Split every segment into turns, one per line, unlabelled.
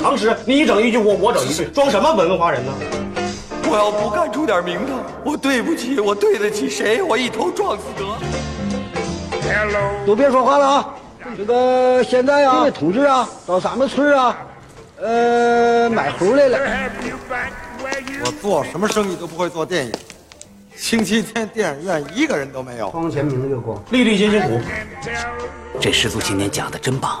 唐诗，你整一句，我我整 一句，装什么文文华人呢？
我要不干出点名堂，我对不起，我对得起谁？我一头撞死得了。
都别说话了啊！这个现在啊，这位同志啊，到咱们村啊，呃，买猴来了。
我做什么生意都不会做电影，星期天电影院一个人都没有。
窗前明月光，
粒粒皆辛苦，
这师祖今年讲的真棒啊！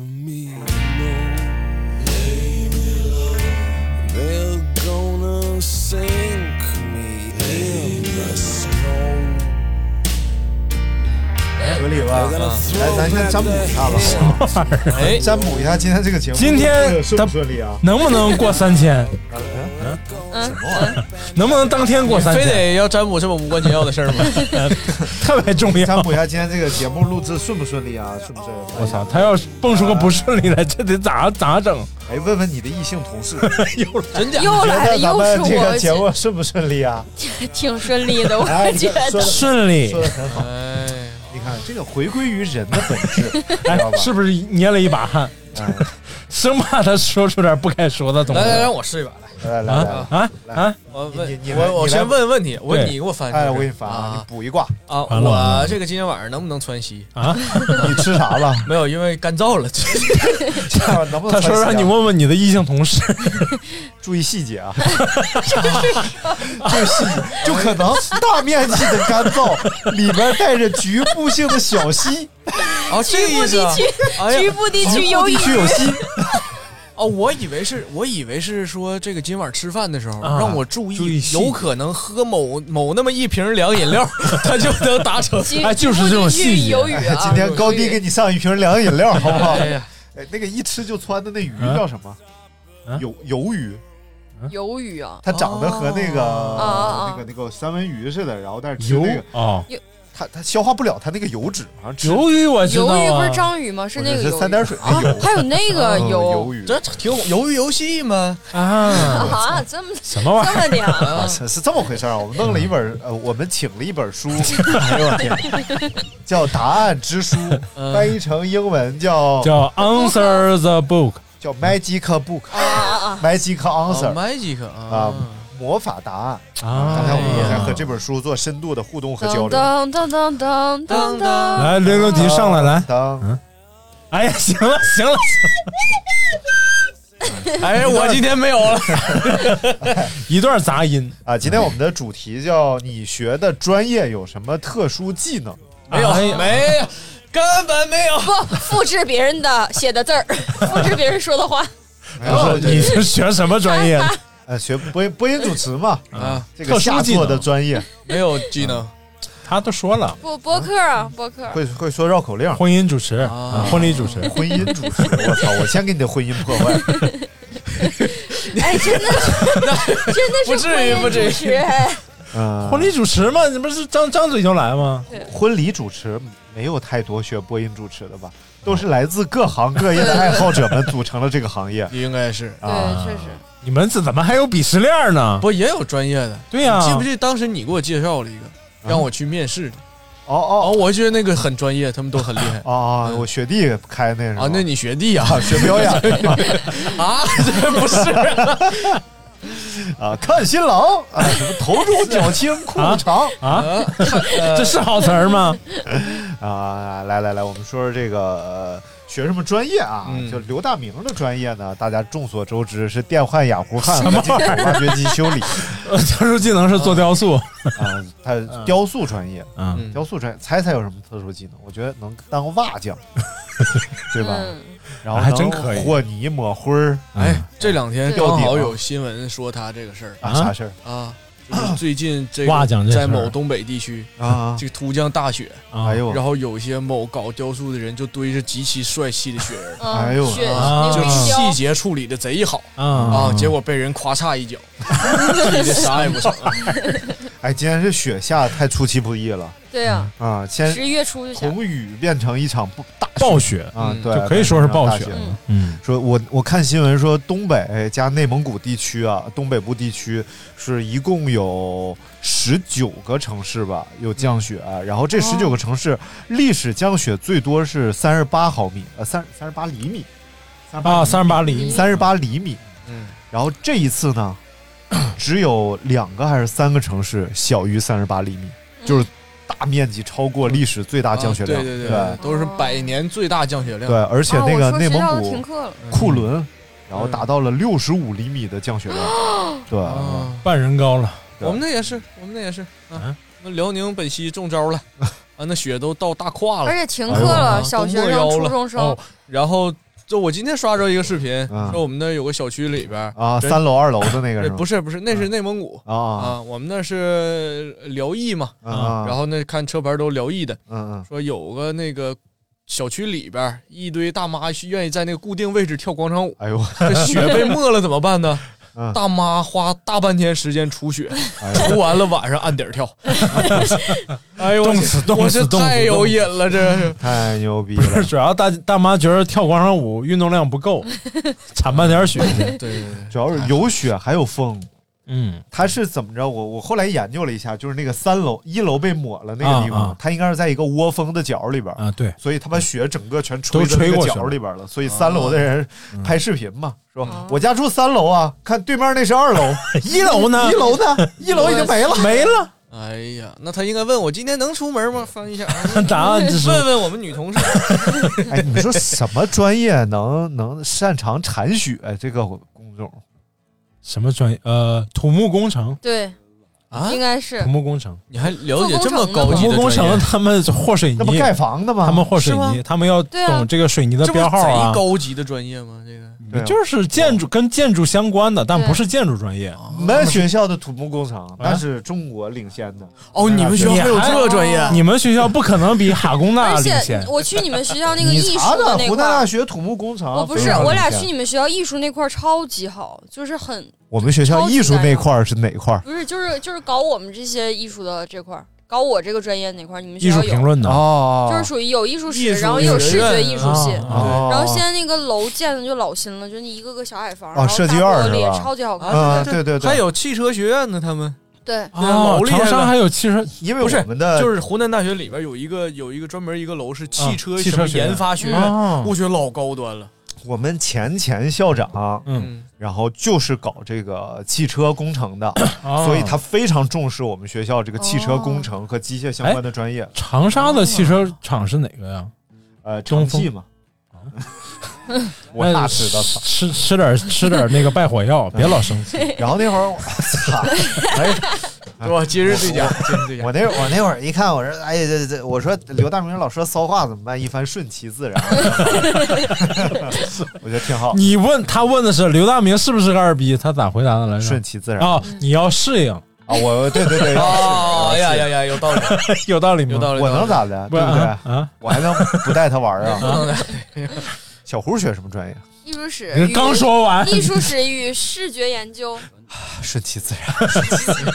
合理吧？
来，咱先占卜一下吧，好不好
哎，
占卜一下今天这个节目，
今天
顺不顺利啊？
能不能过三千？能不能当天过三
非
千？
得要占卜这么无关紧要的事儿吗？
特别重
占
要。
卜一下今天这个节目录制顺不顺利啊？顺不顺利？
我操，他要是蹦出个不顺利来，这得咋咋整？
哎，问问你的异性同事，
真假？
又来了，
咱
又
们
是
这个节
我，
目顺不顺利啊？
挺顺利的，我
哎，
觉得。
说的
顺利
说，的很好，
哎，
你看这个回归于人的本质，
哎
知道吧，？哎
是不是捏了一把汗？生怕他说出点不该说的东西
来来，让我试一把来。
来来来
啊，啊啊！
我
你你你
问
来
我我
你来
先问问题，我
对
你给我翻一下。
哎，我给你发啊，你
啊
补一卦，
啊！
完了完了啊
我这个今天晚上能不能穿西？
你吃啥了？
没有，因为干燥了。
能不 能
他说
穿
让你
鞋啊
问问你的异性同事，
注意细节啊， 注意细节，就可能大面积的干燥，里边带着局部性的小息，
哦，这个意思啊
局！
哎
局
呀，
部地区有
地
雨，
区有息，
哦，我以为是，我以为是说这个今晚吃饭的时候
啊
让我注
注意
意，
细节
有可能喝某某那么一瓶凉饮料， 他就能达成。
局
哎就是这种细节
局部地区有雨啊！
今天高低给你上一瓶凉饮料，好不好？
哎呀，嗯
哎，那个一吃就穿的那鱼
啊
叫什么
啊？
鱿鱿鱼，
有雨啊！
它长得和那个、
哦
那个那个三文鱼似的，然后但是吃
油
那个
哦
啊，
它它消化不了它那个油脂，好像吃
鱿鱼我知道
鱿鱼不
啊
是，章鱼吗？是那个
是
鱿鱼
三点水那
啊
鱿，
还有
哎
那个
呃
鱿
鱿鱼，
这挺鱿鱼游戏吗？
啊，
啊，这么
什么玩意
这
儿？
么的啊？
啊，
是是这么回事儿啊，我们弄了一本，呃，我们请了一本书， 哎呦我天，叫《答案之书》，
嗯
翻译成英文叫
叫 Answer the Book，
叫 Magic Book
啊啊啊！
Magic
哦
Answer
麦吉克
啊
啊，，
魔法答案。
啊，
刚才我们也在和这本书做深度的互动和交
噔
流。
噔噔噔噔噔噔，
来刘刘题上来来，
当
哎呀，行了行了，
哎，我今天没有了。
一段杂音，
啊，今天我们的主题叫你学的专业有什么特殊技能？
没有，
哎呀
没有，根本没有。
不复制别人的写的字 儿，复制别人说的话。
然后
你是学什么专业的？
呃学播音播音主持嘛，
啊，
这个下作的专业
没有技能。
他都说了，
不播客啊，播客。
会会说绕口令，
婚姻主持，啊婚礼主持，
婚姻主持。我操，我先给你的婚姻破坏。
哎，真的 是，真的是
不至于
婚姻
不至于
主持哎
嗯，
婚礼主持嘛，你不是张张嘴就来吗？
婚礼主持没有太多学播音主持的吧？都是来自各行各业的爱好者们组成了这个行业。
应该是
对，
啊
确实。
你们这怎么还有鄙视链呢？
不也有专业的？
对呀啊
你记不记得当时你给我介绍了一个，让我去面试的？
哦
哦，
哦
我觉得那个很专业，他们都很厉害
哦
嗯
哦，我学弟开那是吧
啊。那你学弟呀？
啊学 表演
啊，这不是
啊，看新郎啊，什么头 重脚轻裤长
啊，
啊？
这是好词儿吗？
啊，来来来，我们说说这个、呃、学什么专业啊？
嗯
就刘大明的专业呢，大家众所周知是电焊、氩弧焊和金属挖掘机修理
特殊技能是做雕塑，
啊，他雕塑专业，
嗯，
嗯
雕塑专业，猜猜有什么特殊技能？我觉得能当个 瓦匠，对吧？
嗯，
然后
啊还真可以
能和泥抹灰儿
哎，这两天
吊
刚
顶
好
啊
有新闻说他这个事儿
啊，
啊
啥事儿
啊，就是最近这个
哇讲这事儿
在某东北地区，
啊？
这个突降大雪，
啊
哎呦，
然后有一些某搞雕塑的人就堆着极其帅气的嗯雪人，
哎呦
雪
啊
那
就
个
是
雕
细节处理的贼好
啊
啊，结果被人咔嚓一脚，气的啥也不成。
哎，今天这雪下的太出其不意了。
对呀
啊，先
十一月初就下
红雨变成一场不大
暴雪
啊
嗯，
对，
就可以说是暴雪
变成一场大
了
了。
嗯，
说我我看新闻说，东北加内蒙古地区啊，东北部地区是一共有十九个城市吧有降雪，啊然后这十九个城市历史降雪最多是三十八毫米，呃，三三十八厘米，
啊，三十八厘米，
三十八厘米。嗯，然后这一次呢， 只有两个还是三个城市小于三十八厘米，
嗯
就是大面积超过历史最大降雪量。
啊对对
对
都是百年最大降雪量。
对，而且那
啊
个
我说
内蒙
学校嗯
古
停课了
库伦，然后达到了六十五厘米的降雪量。 对，
啊，
半人高了。
我们那也是，我们那也是啊
啊。
那辽宁本溪中招 了，啊，那雪都到大胯
而
了，
且停
哎
课了，
啊
小学
都
生、
没腰
初
了
中生
哦，然后就我今天刷着一个视频，
嗯
说我们那儿有个小区里边
啊，
真
三楼二楼的那个
哎
是吗？
不是不是，那是内蒙古
啊
啊，我们那是辽艺嘛，
啊啊，
然后那看车牌都辽艺的，
嗯嗯，
说有个那个小区里边儿一堆大妈愿意在那个固定位置跳广场舞，
哎呦，
这雪被没了怎么办 呢？
嗯
大妈花大半天时间除雪，
哎呦
除完了晚上按点儿跳。哎呦，我
冻
这
死冻死
我这
冻死
太有
冻死
瘾了，这是
太牛逼
不
了
是，！主要大大妈觉得跳广场舞运动量不够，铲半点雪去。
对对对，
主要是有雪还有风。
嗯，
它是怎么着？我我后来研究了一下，就是那个三楼一楼被抹了那个
啊
地方
啊，
它应该是在一个窝风的角里边，
啊，对，
所以他把雪整个全吹
都
在那
吹
个
过去
角
了
里边了。所以三楼的人
嗯
拍视频嘛，说
嗯
我家住三楼啊，看对面那是二楼，
一楼呢？
一楼呢？一楼已经 没了，
没了。
哎呀，那他应该问我今天能出门吗？翻一下，
答案就是
问问我们女同事。
哎，你说什么专业能能擅长铲雪这个工种？
什么专业？呃，土木工程，
对，
啊
应该是
土木工程，
你还了解这么高
土
级
木
的
工
专业
程，他们和水
那不
泥，
盖房的吗？
他们和水
是
泥，他们要
对啊
懂这个水泥的
这不是
标号
贼
啊。
高级的专业吗？这个
对啊
就是建筑跟建筑相关的，但
对
不是建筑专业。
我们学校的土木工程
哎
那是中国领先的，啊
哦，你们学校还有这个专业？
你们学校不可能比哈工大
而
领
且
先。
我去你们学校那个
你
艺
查
术
的
那
湖
块
南大
儿，
学土木工程，
我不
非
是，
常
我俩
领
去
先
你们学校艺术那块儿超级好，就是很
我们学校艺术那块儿是哪块儿？
不是，就是就是搞我们这些艺术的这块儿，搞我这个专业那块儿，你们学
艺术
校
评
有。
论的，
哦
就是属于有艺术
艺
史，
术
然后也有视觉
学院
艺术系，
啊
哦
然后现在那个楼建的就老新了，就是一个个小矮房，
哦
然后
设计
大
院儿
玻
是吧
璃，超级好
嗯
看。
啊，
对
对对
还
对，
有汽车学院呢，他们
对，
哦
楼，里
长
面
沙
的
还有汽车
因为
不是
我们的
就是是湖南大学里边有一个有一个专门一个楼是汽车
啊汽车
什么
学院
研发学院，
啊，
我觉得老高端了。
我们前前校长，
嗯，
然后就是搞这个汽车工程的，
嗯
啊
所以他非常重视我们学校这个汽车工程和机械相关的专业。
长沙的汽
嗯
车厂是哪个呀？
呃，
东
长
风
汽嘛，我
那
大知道。操
吃吃点吃点那个败火药，别老生气。
然后那会儿我，操，哎，
对吧？今日最佳，今日最佳。
我那我那会儿一看，我说，哎呀，这这，我说刘大明老说骚话怎么办？一番顺其自然，我觉得挺好，
你问他问的是 刘大明是不是个二逼，他咋回答的来着
顺？其自然
啊，你
嗯
要适应，
啊！嗯我对对 对，
哦呀呀呀，有道理，
有道理吗？
有道理。
我能
咋？
咋的？
不
对
是
不对
啊？啊，
我还能不带他玩儿
不
啊？
能的
嗯
小胡学什么专业？啊
艺术史
你
与
刚说完，
艺术史与视觉研 究，
顺其自然。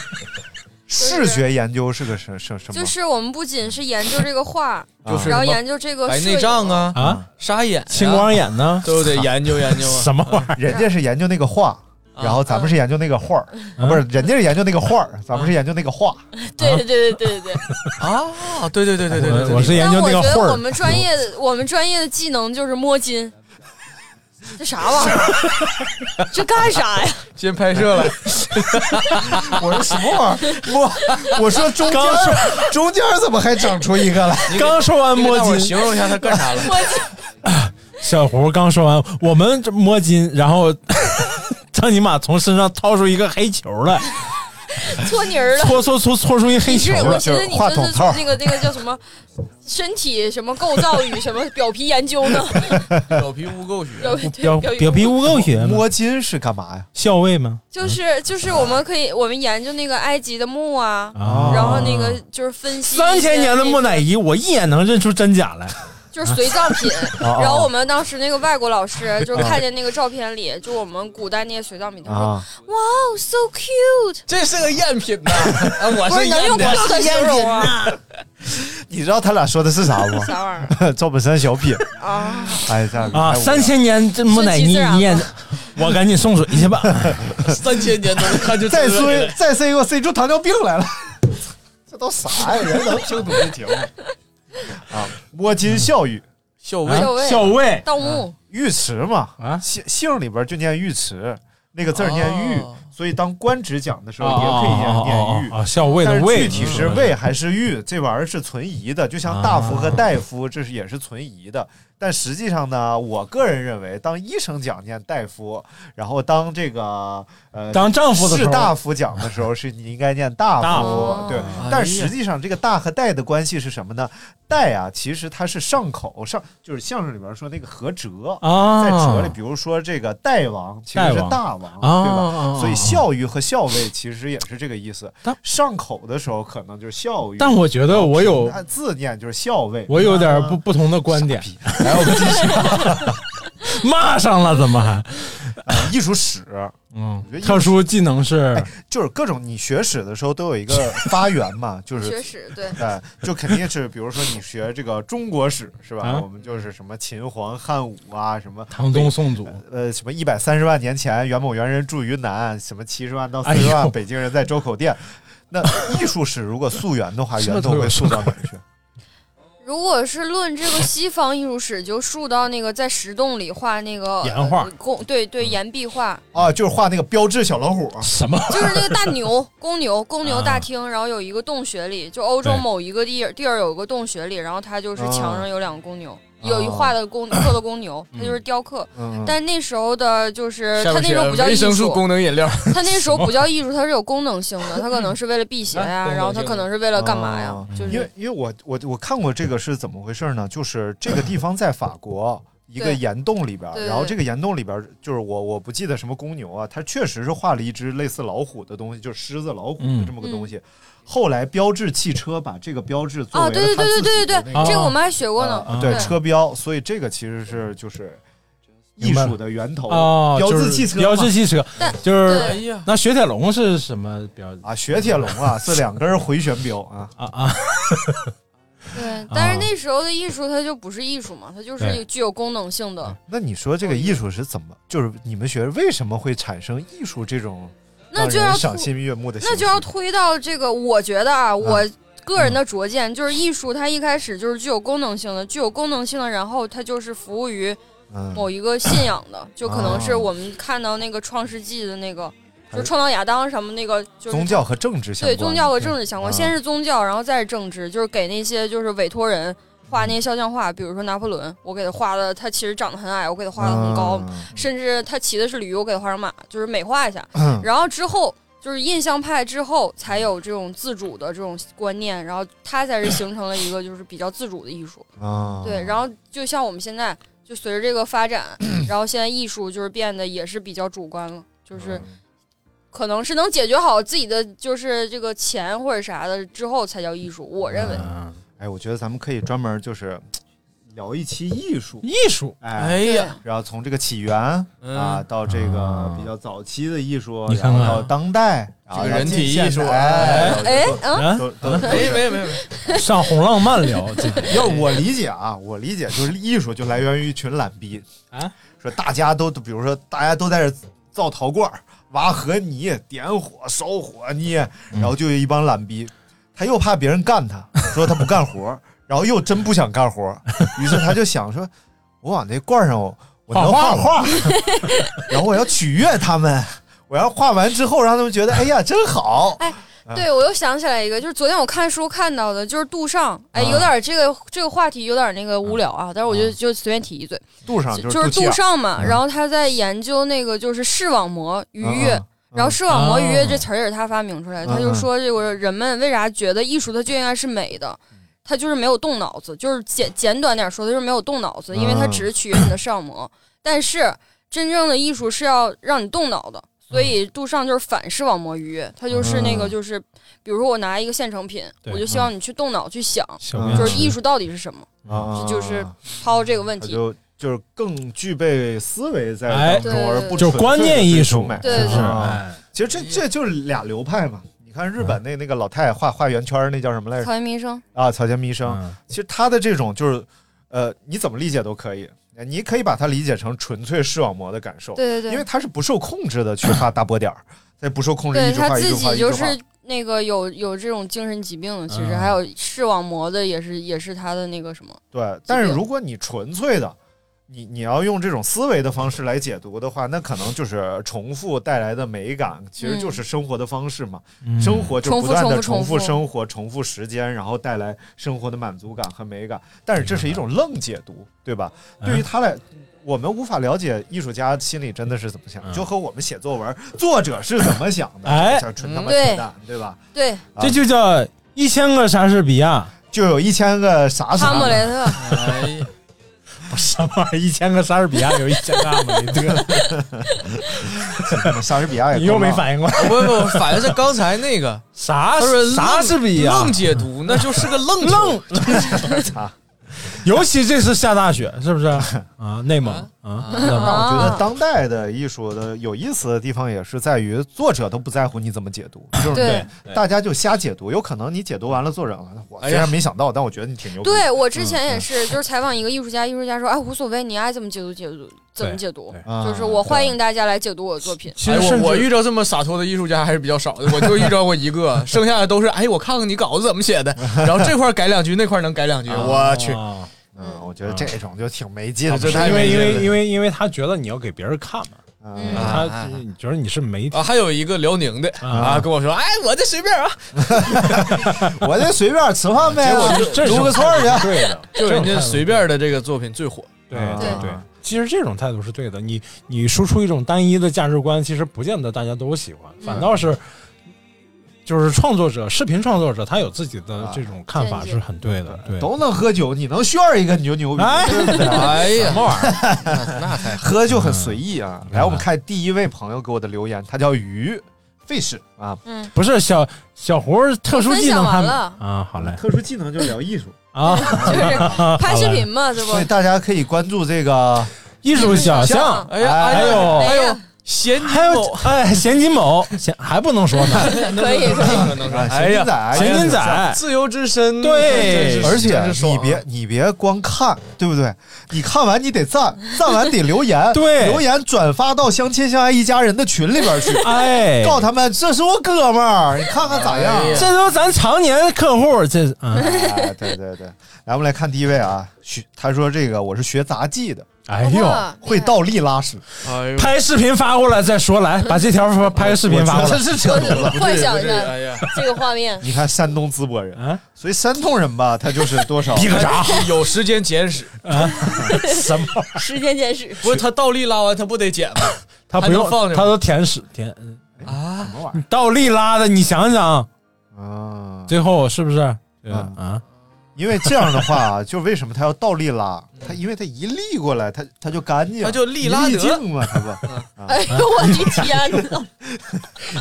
视觉研究是个什什什么
就？是我们不仅是研究这个画，
啊就是
然后
什么
研究这个
白
摄
内障
影，
啊，
啊，
沙眼、
青光，眼呢？
都得研究研究啊。
什么玩意儿？
人家是研究那个画，
啊
然后咱们是研究那个画儿，啊
嗯
不是人家是研究那个画儿，咱们是研究那个画。
对对对对对对。
啊，对对对对对对，对
我我是研
但
究
我
那个
觉得
画
我
儿。
们专业的我们专业的技能就是摸金，这啥玩意儿？ 这干啥呀？
先拍摄了，
我说什么玩意儿？我我说中间儿中间儿怎么还整出一个来？
刚说完摸
那我
金，
形容一下他干啥了。
摸金
小胡刚说完，我们这摸金，然后张尼玛从身上掏出一个黑球 来，
搓泥儿了。
搓搓搓搓出一黑
你
球
是我
来。
觉得你
话
这
筒
是
套
那个那个叫什么身体什么构造与什么表皮研究呢？
表皮污垢学，
表
表
皮
表皮污垢学吗？
摸金是干嘛呀？
校尉吗？
就是就是我们可以我们研究那个埃及的墓啊，
啊
然后那个就是分析一些
三千年的木乃
那 个，
伊，我一眼能认出真假来。
就是随葬品。
啊
然后我们当时那个外国老师就看见那个照片里，就我们古代那些随葬品，他说：“
啊，
哇哦，so cute！”
这是个赝品 呐，啊我
不是
是
能用
赝
cute 来形容啊？
你知道他俩说的是啥吗？
啥玩意
赵本山小品，
儿啊？
哎，这样
啊，
太无聊
三千年这木乃
顺其
伊
自然
一验
吧，
我赶紧送水去吧。
的， 三千年能 看就
再
这个
塞再塞给我塞出糖尿病来了， 这都啥呀？人能听懂就行了 啊，摸金校玉，
校
啊
尉
校尉
校尉，
盗墓
尉迟嘛，
啊
姓姓里边就念尉迟，那个字儿念玉
哦，
所以当官职讲的时候也
啊
可以念念玉。
啊，校尉
但
的
是
尉，
具体是尉还是玉，这玩意儿是存疑的，就
啊
像大夫和大夫，这是也是存疑的。但实际上呢，我个人认为，当医生讲念大夫，然后当这个呃
当丈夫的时
士
候，
大夫讲的时候，是你应该念大夫，
大啊
夫
对。
哎呀
但实际上，这个大和代的关系是什么呢？代啊，其实它是上口上，就是相声里边说那个合辙。
啊，
在辙里，比如说这个代王其实是大王，
啊，
对吧？
吧
所以校尉和校尉其实也是这个意思
但。
上口的时候可能就是校尉，
但我觉
哦
得我有
按字念就是校尉。
我有点不不同的观点，来，我们继续骂上了，怎么还？
啊艺术史
嗯
我觉得，艺术
特殊技能是
就是各种你学史的时候都有一个发源嘛，
啊
就是
学史对。
哎，就肯定是，比如说你学这个中国史是吧？
啊
我们就是什么秦皇汉武啊，什么
哎
唐宗宋祖，
呃什么一百三十万年前元某元人住云南，什么七十万到四十
哎
万
呦
北京人在周口店。那艺术史如果溯源的话，
这
源头
都有
会溯到哪儿去？
如果是论这个西方艺术史，就述到那个在石洞里画那个
岩画
呃宫对对岩壁画，
啊，就是画那个标志小老虎，啊
什么？
就是那个大牛公牛公牛
啊
大厅，然后有一个洞穴里，就欧洲
对
某一个地儿地儿有个洞穴里，然后它就是墙
啊
上有两个公牛，有一画的公刻的公牛，它就是雕刻。
嗯，
但那时候的就是
下
它
面
呃那
是
时候不叫艺
维生素
术，
功能饮料，
它那时候不叫艺术，它是有功能性的，它可能是为了辟邪
啊
呀
功，能
然后它
性
可能是为了干嘛呀
哦？
就
因
是
为因为我我我看过这个是怎么回事呢？就是这个地方在法 国一个
对
岩洞里边儿
对，对
然后
对
这个岩洞里边儿就是我我不记得什么公牛啊，它确实是画了一只类似老虎的东西，就是狮子、老虎的
嗯
这么个东西。后来标志汽车把这个标志作
啊，
为
对对
了它
对
自
对
己
对对
的
对
那，
个
这个我们还学过
个
呢。嗯
啊
对
对车标，所以这个其实是就是艺
明白了
术的源头
哦，
标
就
志
是
汽车嘛，
标志汽车
但，
就是
对
哎呀，
那雪铁龙是什么标？
啊，雪铁龙啊是两根回旋镖啊，
啊啊，
对，但是那时候的艺术它就不是艺术嘛，它就是
对
有具有功能性的。
那你说这个艺术是怎么？就是你们学为什么会产生艺术这种
那
让
就
人
要
赏
推，
心悦目的形
那
式？
就要推到这个，我觉得啊，我个
嗯
人的拙见就是艺术，它一开始就是具有功能性的，具有功能性的，然后它就是服务于
嗯，啊
某一个信仰的，就可能是我们看到那个《创世纪》的那个，就创造亚当什么那个，就是
宗教和政治相
对
关，
宗教和政治相关，
啊
先是宗教，然后再是政治，就是给那些就是委托人画那些肖像画，比如说拿破仑，我给他画的，他其实长得很矮，我给他画的很高，
啊
甚至他骑的是驴，我给他画成马，就是美化一下。
嗯。
然后之后就是印象派之后才有这种自主的这种观念，然后他才是形成了一个就是比较自主的艺术。
啊，
对，然后就像我们现在就随着这个发展，然后现在艺术就是变得也是比较主观了，
哦
就是可能是能解决好自己的就是这个钱或者啥的之后才叫艺术，我认为。
嗯
哎，我觉得咱们可以专门就是聊一期艺术，
艺术
哎，
哎呀，
然后从这个起源
嗯
啊，到这个
啊
嗯
比较早期的艺术，
你
然后
看看
到当代，
这
啊，
个
然后
人体
近
艺术
现代
哎
哎，嗯，
啊，
都都都
没没没没，
上红浪漫 聊，这
要我理解啊，我理解就是艺术就来源于一群懒逼
啊，
说大家都比如说大家都在这造陶罐儿、挖河泥、点火、烧火捏，然后就有一帮懒逼，他又怕别人干他，说他不干活儿，然后又真不想干活儿，于是他就想说，我往这罐儿上我我能
画
画画， 然后我要取悦他们，我要画完之后让他们觉得哎呀真好，
对，我又想起来一个，就是昨天我看书看到的，就是杜尚，哎，有点这个这个话题有点那个无聊啊，但是我就就随便提一嘴，
杜上
啊就
就是是
杜
尚
尚嘛，然后他在研究那个就是视网膜愉悦
嗯，
然后视网膜愉悦
啊
这词儿也是他发明出来的，他
嗯
就
嗯
说这个人们为啥觉得艺术它就应该是美的。
嗯
他就是没有动脑子，就是简简短点说，他就是没有动脑子，因为他
嗯
只是取悦你的视网膜。但是真正的艺术是要让你动脑的，
嗯
所以杜尚就是反视网膜愉悦，他就是那个就是，比如说我拿一个现成品，
对
我就
嗯
希望你去动脑去想，
小面
就是艺术到底是什么，
啊，
就是抛这个问
他
题。
就就是更具备思维在
哎
当中，
对
而不
就是
纯
观
粹
念
地
艺
追
术
求美
对
是不是？
啊
哎，
其实这这就是俩流派嘛。你看日本那那个老太太画画圆圈儿那叫什么来着？
草原弥生，
啊，草间弥生。
嗯
其实他的这种就是，呃，你怎么理解都可以，你可以把它理解成纯粹视网膜的感受，
对对
因为
对，
它是不受控制的去画大波点儿，它不受控制一
对
直
他
画一
自
直画
己
一直
就是
画。
那个有有这种精神疾病的，其实
嗯
还有视网膜的也是也是他的那个什么，
对，但是
病
如果你纯粹的。你你要用这种思维的方式来解读的话，那可能就是重复带来的美感，其实就是生活的方式嘛。
嗯
生活就
重
不
复
断的
重
嗯重复
复重复
生活、重复时间，然后带来生活的满足感和美感。但是这是一种愣解读，对吧？
嗯
对于他来，我们无法了解艺术家心里真的是怎么想，
嗯
就和我们写作文，作者是怎么想的，
哎
像纯他妈
嗯对
扯淡，对吧？
对，
啊
这就叫一千个莎士比亚，
就有一千个啥
哈
啥
姆雷 特，
哎呀，不 是什么玩意儿？一千个莎士比亚有一千个阿姆雷特，
莎士比亚也
你又没
够
反应过来
不不，我反应是刚才那个，
啥
他说愣
莎士比亚
愣解读，那就是个 愣啊愣，
尤其这次下大雪，是不是啊？内蒙啊，
了。那我觉得
啊
当代的艺术的有意思的地方也是在于，作者都不在乎你怎么解读，就是
对
大家就瞎解读。有可能你解读完了，作者完了，我
哎
虽
呀
然没想到，但我觉得你挺牛逼。
对我之前
嗯
也是，就是采访一个艺术家，艺术家说，哎，无所谓，你爱怎么解读解读怎么
对
解读，
啊，
就是我欢迎大家来解读我的作品。
其
哎，
实
我
甚
我
至
遇着这么洒脱的艺术家还是比较少的，我就遇着过一个，剩下的都是哎，我看看你稿子怎么写 的，然后这块儿改两句，那块儿能改两句，哎我去，
啊
嗯，我觉得这种就挺没劲的，
这太
因为
没
因
劲了
为因为因为他觉得你要给别人看嘛，
嗯
嗯
他
啊
你觉得你是媒体
啊，还有一个辽宁的
啊
啊，跟我说，哎，我这随便啊，
我就随便吃饭 呗，我
啊这
撸个串儿去。
对的，
就人
这
家
种
随便的这个作品最火，
对
啊
对对。其实这种态度是对的，你你输出一种单一的价值观，其实不见得大家都喜欢，
嗯
反倒是就是创作者、视频创作者，他有自己
啊
的这种看法
见解
是很对的，对。
都能喝酒，你能炫一个你就牛逼，
哎
对不对啊
哎 呀，
么玩意儿？
那才
喝就很随意 啊。
嗯
来，我们看第一位朋友给我的留言，他叫鱼 fish 啊，
嗯，
不是小小胡特殊技能还没
分享完
啊，好嘞
特殊技能就聊艺术，
啊，
就是拍视频嘛，这不
所以大家可以关注这个
艺术小
像
象，
哎呀，
哎
哎
还
呦，
有
哎 呀，
闲
还有哎，咸金某咸还不能说呢，
可以可以，
能
啊
哎
咸
呀
金，仔，
咸金
哎呀。
仔，
自由之身，
对
真是
哎而且
真是爽
你别你别光看，对不对？你看完你得赞，赞完得留言，
对
留言转发到相亲相爱一家人的群里边去，
哎，
告他们这是我哥们儿，你看看咋样？
哎呀
这都咱常年客户，这嗯，
哎，对对对，来，我们来看第一位啊，学他说这个我是学杂技的，
哎呦，
哇
会倒立拉屎，
哎呦，
拍视频发过来再说，来把这条发拍个视频发过
这
来，
是扯犊了。
幻想一
这
下
哎呀，
这个画面，
你看山东淄博人，
啊
所以山东人吧，他就是多少
逼个啥？
有时间捡屎，
什么？
时间简史，
不是他倒立拉完他不得捡吗？
他不用
还能放着吗
他都舔屎舔哎
啊，
倒立拉的，你想想，
啊？
最后是不是？啊，
因为这样的话，就为什么他要倒立拉？他因为他一立过来，他他就干净，
他就
立
利拉德
净嘛，他不。
哎呦我的天呐，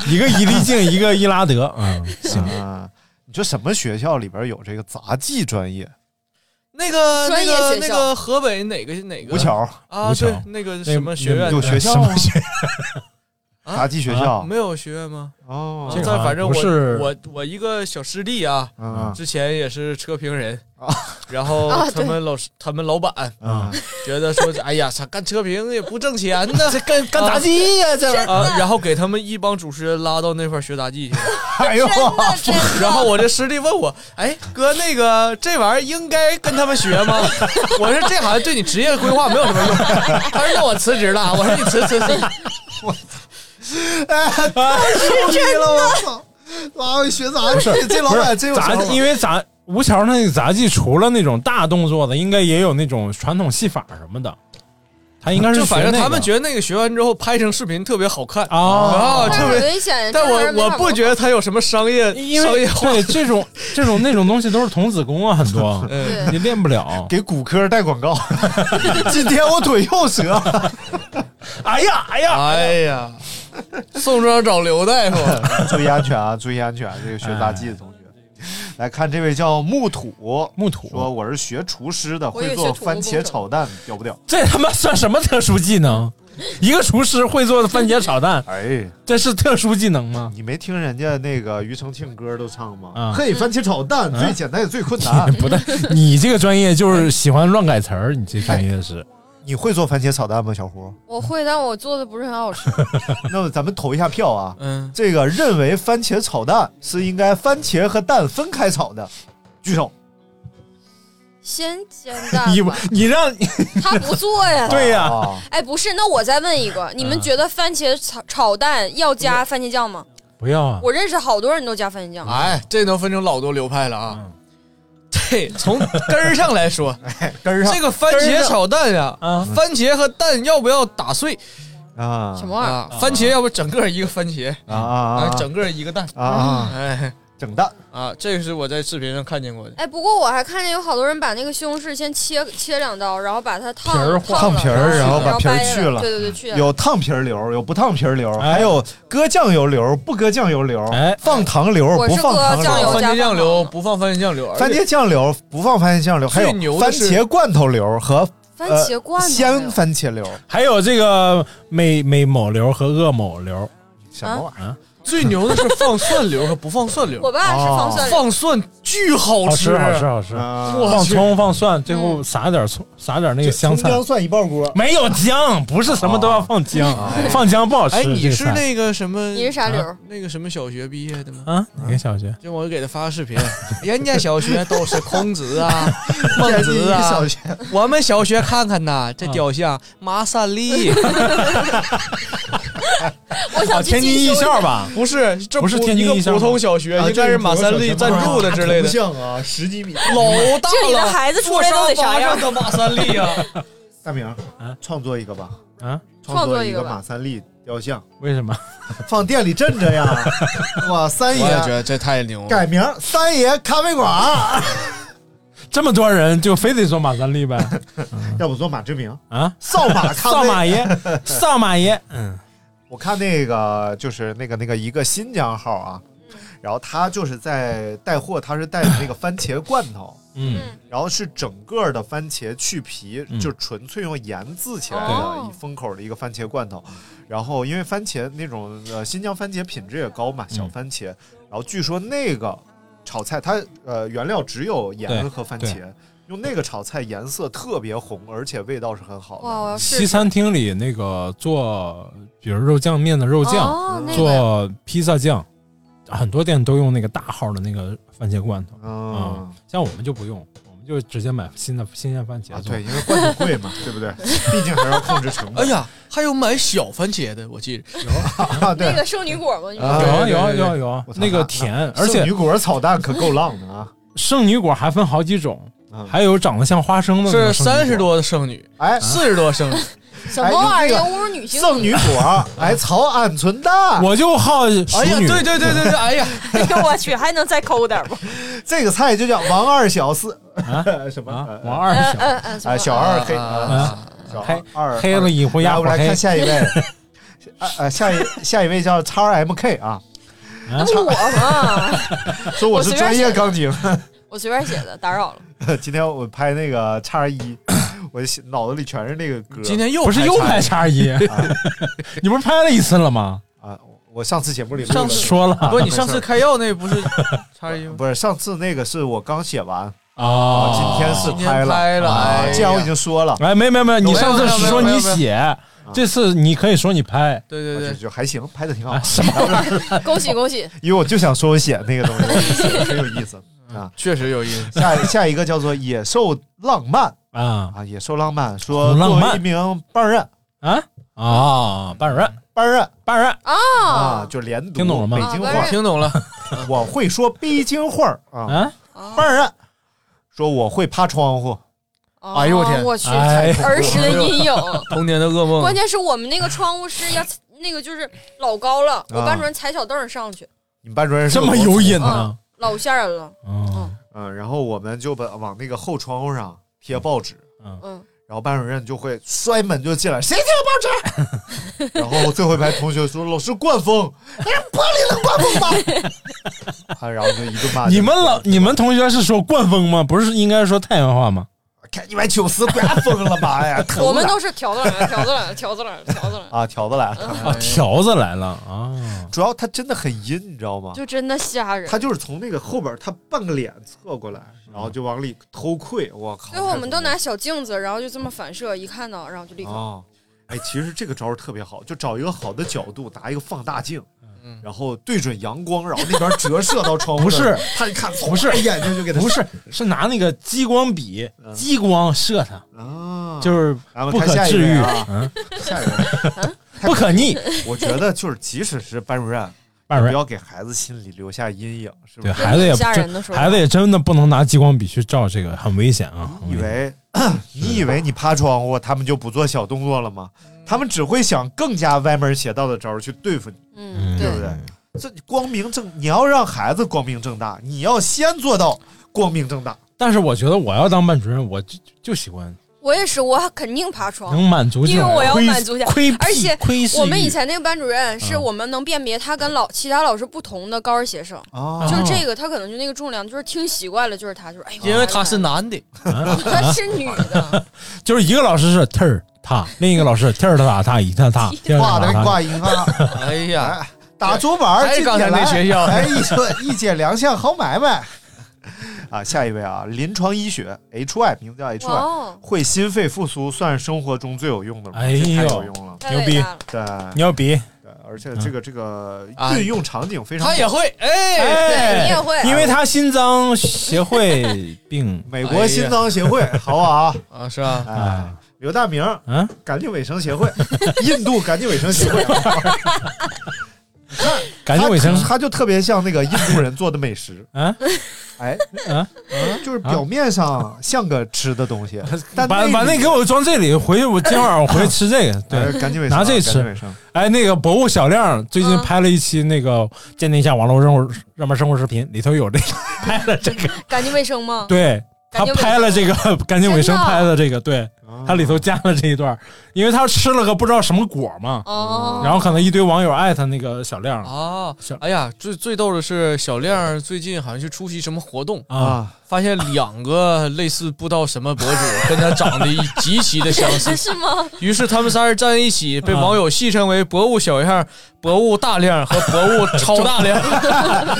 一个伊丽静，一个伊拉德，嗯，行，
啊，你说什么学校里边有这个杂技专业？
那个那
专业
个
学
那
校
个河北哪个哪个
吴桥
啊？
吴桥
对，那个什么学院哎
有
的
学校
什
吗
么？学
啊
杂技学校
没有学院吗？
哦
这个
但
好像
反正
不
我
是
我我一个小师弟啊，
嗯
之前也是车评人
啊，
然后
啊
他
对
们老师他们老板
啊
嗯，
觉得说，哎呀，操，干车评也不挣钱呢，这干
干杂技呀？这玩意儿
啊，然后给他们一帮主持人拉到那块儿学杂技去。
哎呦，
真的
然后我这师弟问我，哎，哥，那个这玩意儿应该跟他们 学吗？我说这好像对你职业规划没有什么用。他说那我辞职了。我说你辞辞辞。
牛逼了，
啊
我操！拉回学杂技，啊这老
不
板
是
真有
杂
想
技，
法
因为杂吴桥那个杂技，除了那种大动作的，应该也有那种传统戏法什么的。他应该是
就反
学
正
那个
他 们觉得那个学完之后拍成视频特别好看
啊，
啊，特
但是
别。
危险，
但
这玩
我
意儿
我
没法
不觉得他有什么商业
因
商
为
业化。
对这种这种那种东西都是童子功啊，很多
嗯
对
你练不了。
给骨科带广告。 今天我腿又折了，
哎呀哎呀，
哎呀，宋庄找刘大夫，
注意安全啊！注意安全！这个学杂技的同学，来看这位叫木土，木土说我是学厨师的，
我以
会
为
做
学土木
番
工
茄
程
炒蛋，屌不屌？
这他妈算什么特殊技能？一个厨师会做番茄炒蛋，
哎，
这是特殊技能 吗？
你没听人家那个庾澄庆歌都唱吗？
啊
嘿，番茄炒蛋
嗯
最简单也最 困难。
不对， 你这个专业就是喜欢乱改词儿，你这专业是。
你会做番茄炒蛋吗，小胡？
我会，但我做的不是很好吃。
那么咱们投一下票啊。
嗯，
这个认为番茄炒蛋是应该番茄和蛋分开炒的，举手。
先煎 蛋
你哦
吧，
你让
他不做呀。
对呀、
啊，
哎，不是，那我再问一个，你们
啊
嗯
觉得番茄炒炒蛋要加番茄酱吗？
不要啊！
我认识好多人都加番茄酱。
哎，这能分成老多流派了
嗯
啊。这从根儿上 来说，
哎
根儿上
这个番茄炒蛋呀，
啊
番茄和蛋要不要打碎
啊
什么玩意儿？
啊？番茄要不整个一个番茄，
啊啊
啊
啊，
整个一个蛋，
啊啊
哎
整蛋
啊，这个是我在视频上看见过的。
哎，不过我还看见有好多人把那个西红柿先切切两刀，然后把它烫
皮儿
烫
烫皮儿
了
然后把皮儿
掰
去了
对对对，去了。
有烫皮儿流，有不烫皮儿流，
哎
还有搁酱油流，不搁酱油流，
哎
放糖流
我
不
是
放糖
搁酱
流
油，
番
加
茄酱
放
流
糖
不放番茄酱流，而且
番茄酱流不放番茄酱流，还
最
有
牛
番
的是
茄罐头流和
番茄罐头
呃、
没有
鲜番茄流，
还有这个美美某流和恶某流，
什么玩意儿？
最牛的是放蒜流和不放蒜流
我，爸是放蒜
放蒜巨好
好
吃，
吃好吃好吃，
啊
放葱放蒜，最后撒点葱，撒点那个香菜，
蒜一爆锅，
没有姜，不是什么都要放姜，放姜不好吃。
哎，你是
这个菜
那个什么？
你是啥流儿？
那个什么小学毕业的吗？
啊？哪个小学？
就我给他发个视频， 人家小学都是孔子啊、 孟
一
子
个
啊
小，学
我们小学看看呐，这雕像马三 立
我想去进修啊一下。
吧？
不是，这
不是
普
天
一
津
个
艺校
普通
吗
小学，
啊
应该
这
是
是
马
普通
三
小
立
学
赞助的之 类的，
像啊，十几米。
老大
这里的
了，
孩子出
坐
来都
沙
得啥
发
样
上？的马三立啊，
大明
啊，
创作一个吧，
啊？
创作
一
一个吧
马三立雕像，
为什么？
放店里镇 着呀。哇，三爷
得这太牛了。
改名三爷咖啡 馆，
这么多人就非得说马三立呗？
要不做马志明
啊？
扫把咖啡。
扫马爷， 扫马爷，嗯，
我看那个就是那个那个一个新疆号啊，然后他就是在带货，他是带的那个番茄罐头，
嗯，
然后是整个的番茄去皮，
嗯
就纯粹用盐渍起来的
哦
一封口的一个番茄罐头。然后因为番茄那种呃新疆番茄品质也高嘛，
嗯
小番茄，然后据说那个炒菜它呃原料只有
对
盐和番茄。用那个炒菜颜色特别红，而且味道是很好的。
哇，我要试
西
试
餐厅里那个做，比如肉酱面的肉酱，
哦那个
做披萨酱，很多店都用那个大号的那个番茄罐头，啊
嗯
像我们就不用，我们就直接买新的新鲜番茄
啊，
做
对，。因为罐头贵 嘛，对不对？毕竟还是要控制成
哎
本。
呀，还有买小番茄的，我记着
啊，对
那，个圣女果吗？你
啊
有啊
对
说
对
有啊
对
有啊有啊
我，操
那个
那
甜，而且
女果炒蛋可够浪的啊！
圣女果还分好几种，
嗯
还有长得像花生的那
是
个圣女果
三十，多的剩女，
哎，
四
啊
十多剩女，
什么玩意儿？
哎
要侮辱女性？
圣女 果，哎，炒鹌鹑蛋，
我就好熟女。
哎呀，对对对对对，哎呀，
哎呦我去，还能再抠点吗？
这个菜就叫王二小四
啊
什么
啊，王
王
二
嗯
小
嗯嗯，什
哎，
么
小二黑
啊
啊，小
黑
二
黑了。一回
来，
鸭
我
不
们来
黑
看，下一位， 啊啊，下一下一位叫 x M K 啊，
那不我吗？
说我是专业钢琴，
我随便写的，打扰了。
今天我拍那个 x 一，我脑子里全是那个歌。
今天又
不是又拍
拍
叉 一
啊，
你不是拍了一次了吗？
啊，我上次节目里录
上
了
次
说了
叉一？不，你上次开药那不是叉一 吗？
不是上次那个是我刚写完，
啊
今天是
哦今天
拍了，
拍了
啊
哎呀
既然我已经说了，
哎，没没没，你上次是说
没有没有没有
你
没有啊
写，这次你可以说你拍。
对
我
对
就
对，
就还行，拍的挺好
啊，，什么？
恭喜恭喜！
因为我就想说我写那个东西 很有意思。
确实有意思。
下下一个叫做野兽浪漫
啊
啊，野兽浪漫说
哦好浪漫
作为一名班主任，
啊啊！班主任，
班主任
班主任，
啊
啊，
就连读
哦听懂了吗
北京
啊
话
班主，
听懂了，
我会说北京话儿啊，
啊，
班主任说我会爬窗户，
啊
哎呦我天
我去，
哎嗯
儿时的阴影。
童年的噩梦。
关键是我们那个窗户是要那个就是老高了，我班主任踩小凳儿上去，
你们班主任是
这
个
么
国
有
父
瘾啊呢？
老吓人了。
嗯
嗯，然后我们就把往那个后窗户上贴报纸，
嗯
嗯，
然后班主任就会摔门就进来，谁听报纸？ 然后最后一排同学说老师灌风，那是玻璃能灌风吗？ 啊，然后就一顿
嗯
骂。
你们老你们同学是说灌风吗？不是应该说太原话吗？
看一百九十，不要疯了 吧？哎呀，疼
我们
了
都是条子来了，条子来了，条子来了，条 子来了，
啊，条子来了
哎
嗯
啊，条子来了啊！
主要他真的很阴，你知道吗？
就真的吓人。
他就是从那个后边，他半个脸侧过来，然后就往里偷窥。我靠！
最后我们都拿小镜子，然后就这么反射，一看到，然后就立刻。
啊，哎，其实这个招儿特别好，就找一个好的角度，拿一个放大镜。
嗯
然后对准阳光，然后那边折射到窗户。
不是，
他一看，
不是
唰眼睛就给他啊
不是，是拿那个激光笔
嗯
激光射他，
啊，
就是
咱们
不
看
可
下一
治
位
愈，
啊
嗯，
下一个，
不可逆。
我觉得就是即使是班主任，
班主
不
任
要给孩子心里留下阴影，是不
对
是？
孩子也不
吓人
真
的时候
孩子也真的不能拿激光笔去照这个，很危险啊！很
你以
危险
为 你以为你趴窗户，他们就不做小动作了吗？他们只会想更加歪门邪道的招儿去对付你，
嗯，
对
对
不对？这光明正，你要让孩子光明正大，你要先做到光明正大。
但是我觉得我要当班主任，我就就喜欢
我也是，我肯定爬窗
能。满足这种
哦因为我
嗯
要
窥
满足一下
窥癖
而且
窥视欲
我们以前那个班主任是
嗯
我们能辨别他跟老其他老师不同的高二学生，
哦
啊
就是这个他可能就那个重量，就是听习惯了，就是他，就是哎呦，
因为他是男的，
他是女的，
就是一个老师是 t e r 他，另一个老师 t e r 他他一他 他 t e r
挂
他
的
他
挂银行，
哎呀，
哎， 打竹板儿
还是
进
刚才
铁栏
那学校
哎，一说一姐良相好买卖。啊，下一位啊，临床医学 HY 名字叫 HY，、
哇哦，
会心肺复苏算是生活中最有用的吗？
哎呦
这太有用了，
太
牛
伟
逼
大了
对。
你要比
对，而
嗯
且这个这个
啊
运用场景非常
他也会，哎，
哎，
你也会
因为他心脏协会 病
美国心脏协 会，好不好？
哎啊，是吧？
哎，刘大明，
嗯，
干净卫生 协会，印度干净卫生协会，
干净卫生
他他就特别像那个印度人做的美食，
啊
哎，
啊！
就是表面上像个吃的东西，但
把把那给我装这里，回去我今晚我回去吃这个。对，
对干净卫生啊，
拿这
干
吃
净卫生，
哎，那个博物小亮最近
嗯
拍了一期那个鉴定一下网络生活热门生活视频，里头有这个 拍了这个，
哦
干净卫生吗？
对他拍了这个 干净卫生
真的
拍的这个，对
啊
他里头加了这一段，因为他吃了个不知道什么果嘛，
哦，
然后可能一堆网友艾特那个小亮
啊
小，
哎呀，最最逗的是小亮最近好像去出席什么活动，
啊，
发现两个类似不知道什么博主跟他长得极其的相似，
是吗？
于是他们仨人站在一起，被
啊
网友戏称为“博物小样”、“博物大量”和“博物超大量”。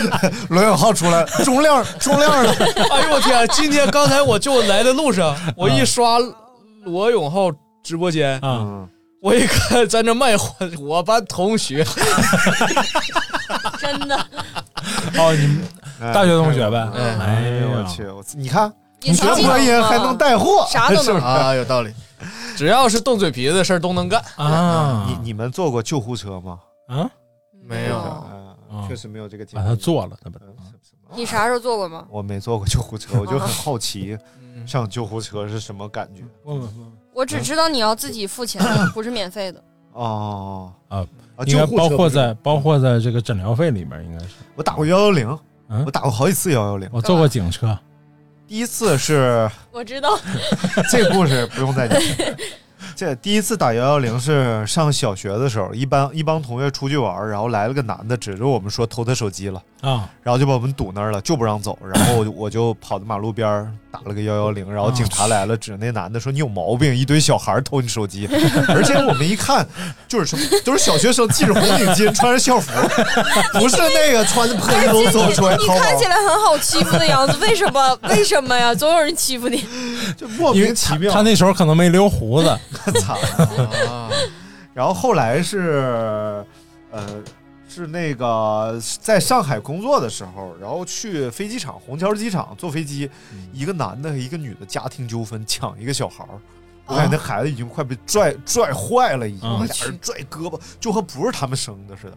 罗永浩 出来了，中量中量的，
哎呦我天！今天刚才我就来的路上，我一刷罗永浩直播间，
嗯
啊，
我一看在那卖火，我班同学
真的，
哦，你们
哎
大学同学呗？
哎
哎
哎呦我
呀，
去，我你看
隐
学
藏技
播音
能
还能带货，
啥都
是不
能
是
啊，有道理。只要是动嘴皮子的事儿都能干。
啊，
你你们坐过救护车吗？
啊，
没有嗯
哦
啊，确实没有这个经
把
历。
他做了，他把
嗯
你啥时候做过吗？
我没坐过救护车，我就很好奇
嗯
上救护车是什么感觉。
问问问
我只知道你要自己付钱，不是免费的。
哦
啊，
啊
应该
救护车
包括
不是
在包括在这个诊疗费里面，应该是
我打过幺幺零，
嗯
我打过好几次幺幺零。
我坐过警车，
第一次是
我知道，
这故事不用再讲。这第一次打幺幺零是上小学的时候，一帮一帮同学出去玩，然后来了个男的，指着我们说偷他手机了，
啊，
然后就把我们堵那儿了，就不让走。然后我就 我就跑到马路边儿打了个幺幺零，然后警察来了，指着那男的说你有毛病，一堆小孩儿偷你手机。 而且我们一看就是什么，都是小学生，系着红领巾，穿着校服， 不是那个穿着破衣
你
服走出来
你
偷
看
宝
起来很好欺负的样子，为什么？为什么呀？总有人欺负你。
就莫
因为
名其妙。
他那时候可能没留胡子，
惨
啊，
然后后来是，呃，是那个在上海工作的时候，然后去飞机场虹桥机场坐飞机，
嗯
一个男的和一个女的家庭纠纷抢一个小孩儿。我感觉那孩子已经快被拽拽坏了，已经
嗯
俩人拽胳膊，就和不是他们生的似的。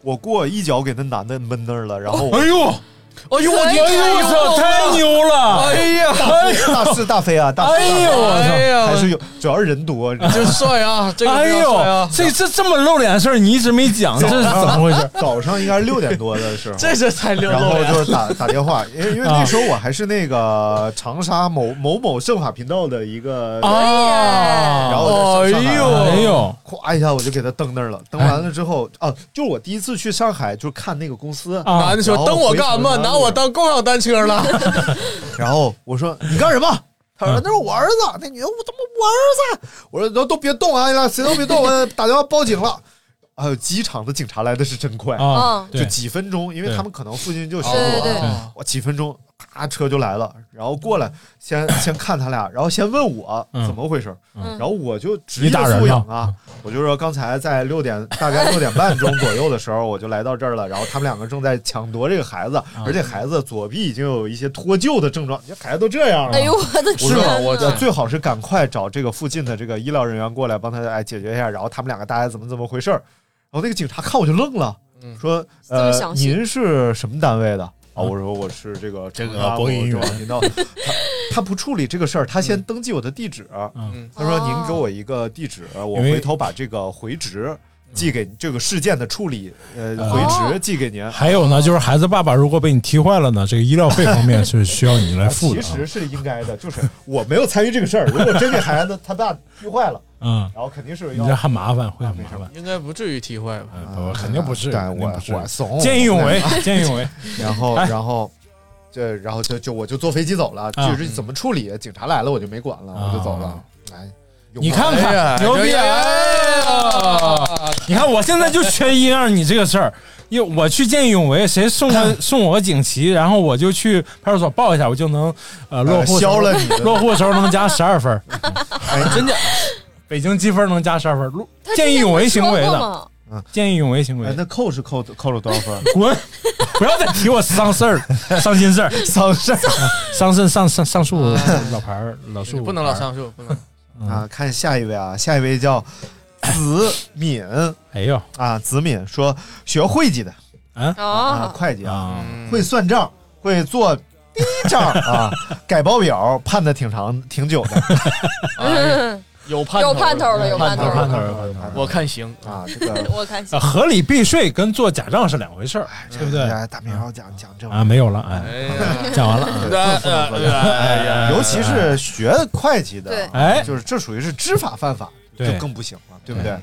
我过一脚给那男的闷那儿了，然后我
哎呦，
哎呦我
哎呦我操，太牛了！
哎呀，
哎呀，
大是大非啊，大是大非
哎呦我操
哎呀
还是有，主要是人多，你知道
真帅啊！这个
哎
真帅
呦
啊，！
这这这么露脸的事儿你一直没讲，这是怎么回事？
早上应该是六点多的时候，
这是才溜
然
露
后
脸
就 是打打电话，因为因
啊
为那时候我还是那个长沙某某某政法频道的一个，
啊！
然后我在上
哎
上海啊
呦
哎呦，
咵一下我就给他蹬那儿了，蹬完了之后啊，就是我第一次去上海，就是看那个公司
啊
男的说
然：“后
等我干
回
嘛？
头
拿我当共享单车了
然后我说你干什么？他
嗯
说那是我儿子，那女的我他妈我儿子。我说都都别动啊，你俩谁都别动，我打电话报警了。哎呦，机场的警察来的是真快，
啊
嗯！
就
对，
几分钟，因为他们可能附近就有巡
对
逻
对
啊，我几分钟，咔车就来了，然后过来 先先看他俩，然后先问我
嗯
怎么回事，
嗯
然后我就职
你
业
打人
素
了
养
嗯
啊，我就说刚才在六点 大概六点半钟左右的时候，我就来到这儿了，然后他们两个正在抢夺这个孩子，
嗯
而且孩子左臂已经有一些脱臼的症状，这孩子都这样了。
哎呦我的天
是
呐！
吧最好是赶快找这个附近的这个医疗人员过来帮他哎解决一下，然后他们两个大概怎么怎么回事儿。然后那个警察看我就愣了，
嗯
说：“
这么
呃，
详细
您是什么单位的？”啊，我说我是这个这
个播音员
频道。 他他不处理这个事儿，他先登记我的地址。
嗯哦
他说：“您给我一个地址，我
因为
回头把这个回执寄给这个事件的处理，呃，
嗯哦
回执寄给您。”
还有呢，就是孩子爸爸如果被你踢坏了呢，这个医疗费方面是需要你来付的
啊
啊
其实是应该的，就是我没有参与这个事儿。如果真给孩子 他爸踢坏了，
啊。嗯，
然后肯定是
你这
要。
很麻烦，会很麻烦？”。
应该不至于踢坏吧？
嗯
呃，肯定不是，
但
肯定
我
不是
哎我怂，
见义勇为，见义勇为。
然后
哎
然后这然后就就我就坐飞机走了，
啊
就是怎么处理，警察来了我就没管了，
啊
我就走了。哎，
你看
哎呀
看，牛逼！哎呀，你看我现在就缺一二你这个事儿，因为我去见义勇为，谁送我送我个锦旗，然后我就去派出所报一下，我就能呃落户的时候
消了你 的
落户的时候能加十二分，
真的，
北京积分能加十二分，落
他之前
见义勇为
不是
行
说
为
过
的，
吗？
见义勇为行为
哎，，那扣是扣扣了多少分？
滚！ 不要再提我丧事儿、伤心事儿、
丧事
伤肾上上上树老牌儿老树，
不能老。上树，不能。
啊！看下一位啊，下一位叫子敏
哎呦
啊，子敏说学会计的啊，
啊，
会计啊，
啊！
会算账，会做低账啊， 改报表判的挺长挺久的。
嗯
有盼
有盼头了，有盼头
有盼
了。
头有盼头
我看行。
啊，这个
我看
啊，合理避税跟做假账是两回事儿，对不对？
哎大明儿讲讲这玩意
啊，没有了，哎，
哎呀，
讲完了，啊
哎呀，
儿，尤其是学会计的，
对
哎，
就是这属于是知法犯法，就
对
更不行了，对不
对
对？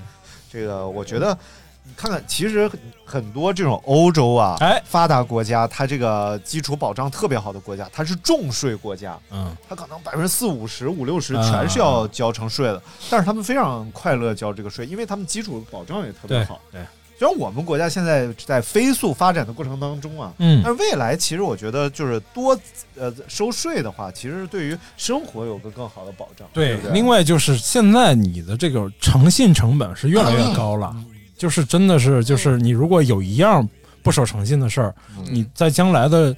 这个我觉得，你看看，其实很多这种欧洲啊，
哎，
发达国家，它这个基础保障特别好的国家，它是重税国家，
嗯，
它可能百分之四五十、五六十
啊
全是要交成税的，但是他们非常快乐交这个税，因为他们基础保障也特别
对
好。
对，
虽然我们国家现在在飞速发展的过程当中啊，
嗯
但是未来其实我觉得就是多呃收税的话，其实对于生活有个更好的保障。对
对
不对，。
另外就是现在你的这个诚信成本是越来越高了，
嗯
就是真的是就是你如果有一样不守诚信的事儿，你在将来的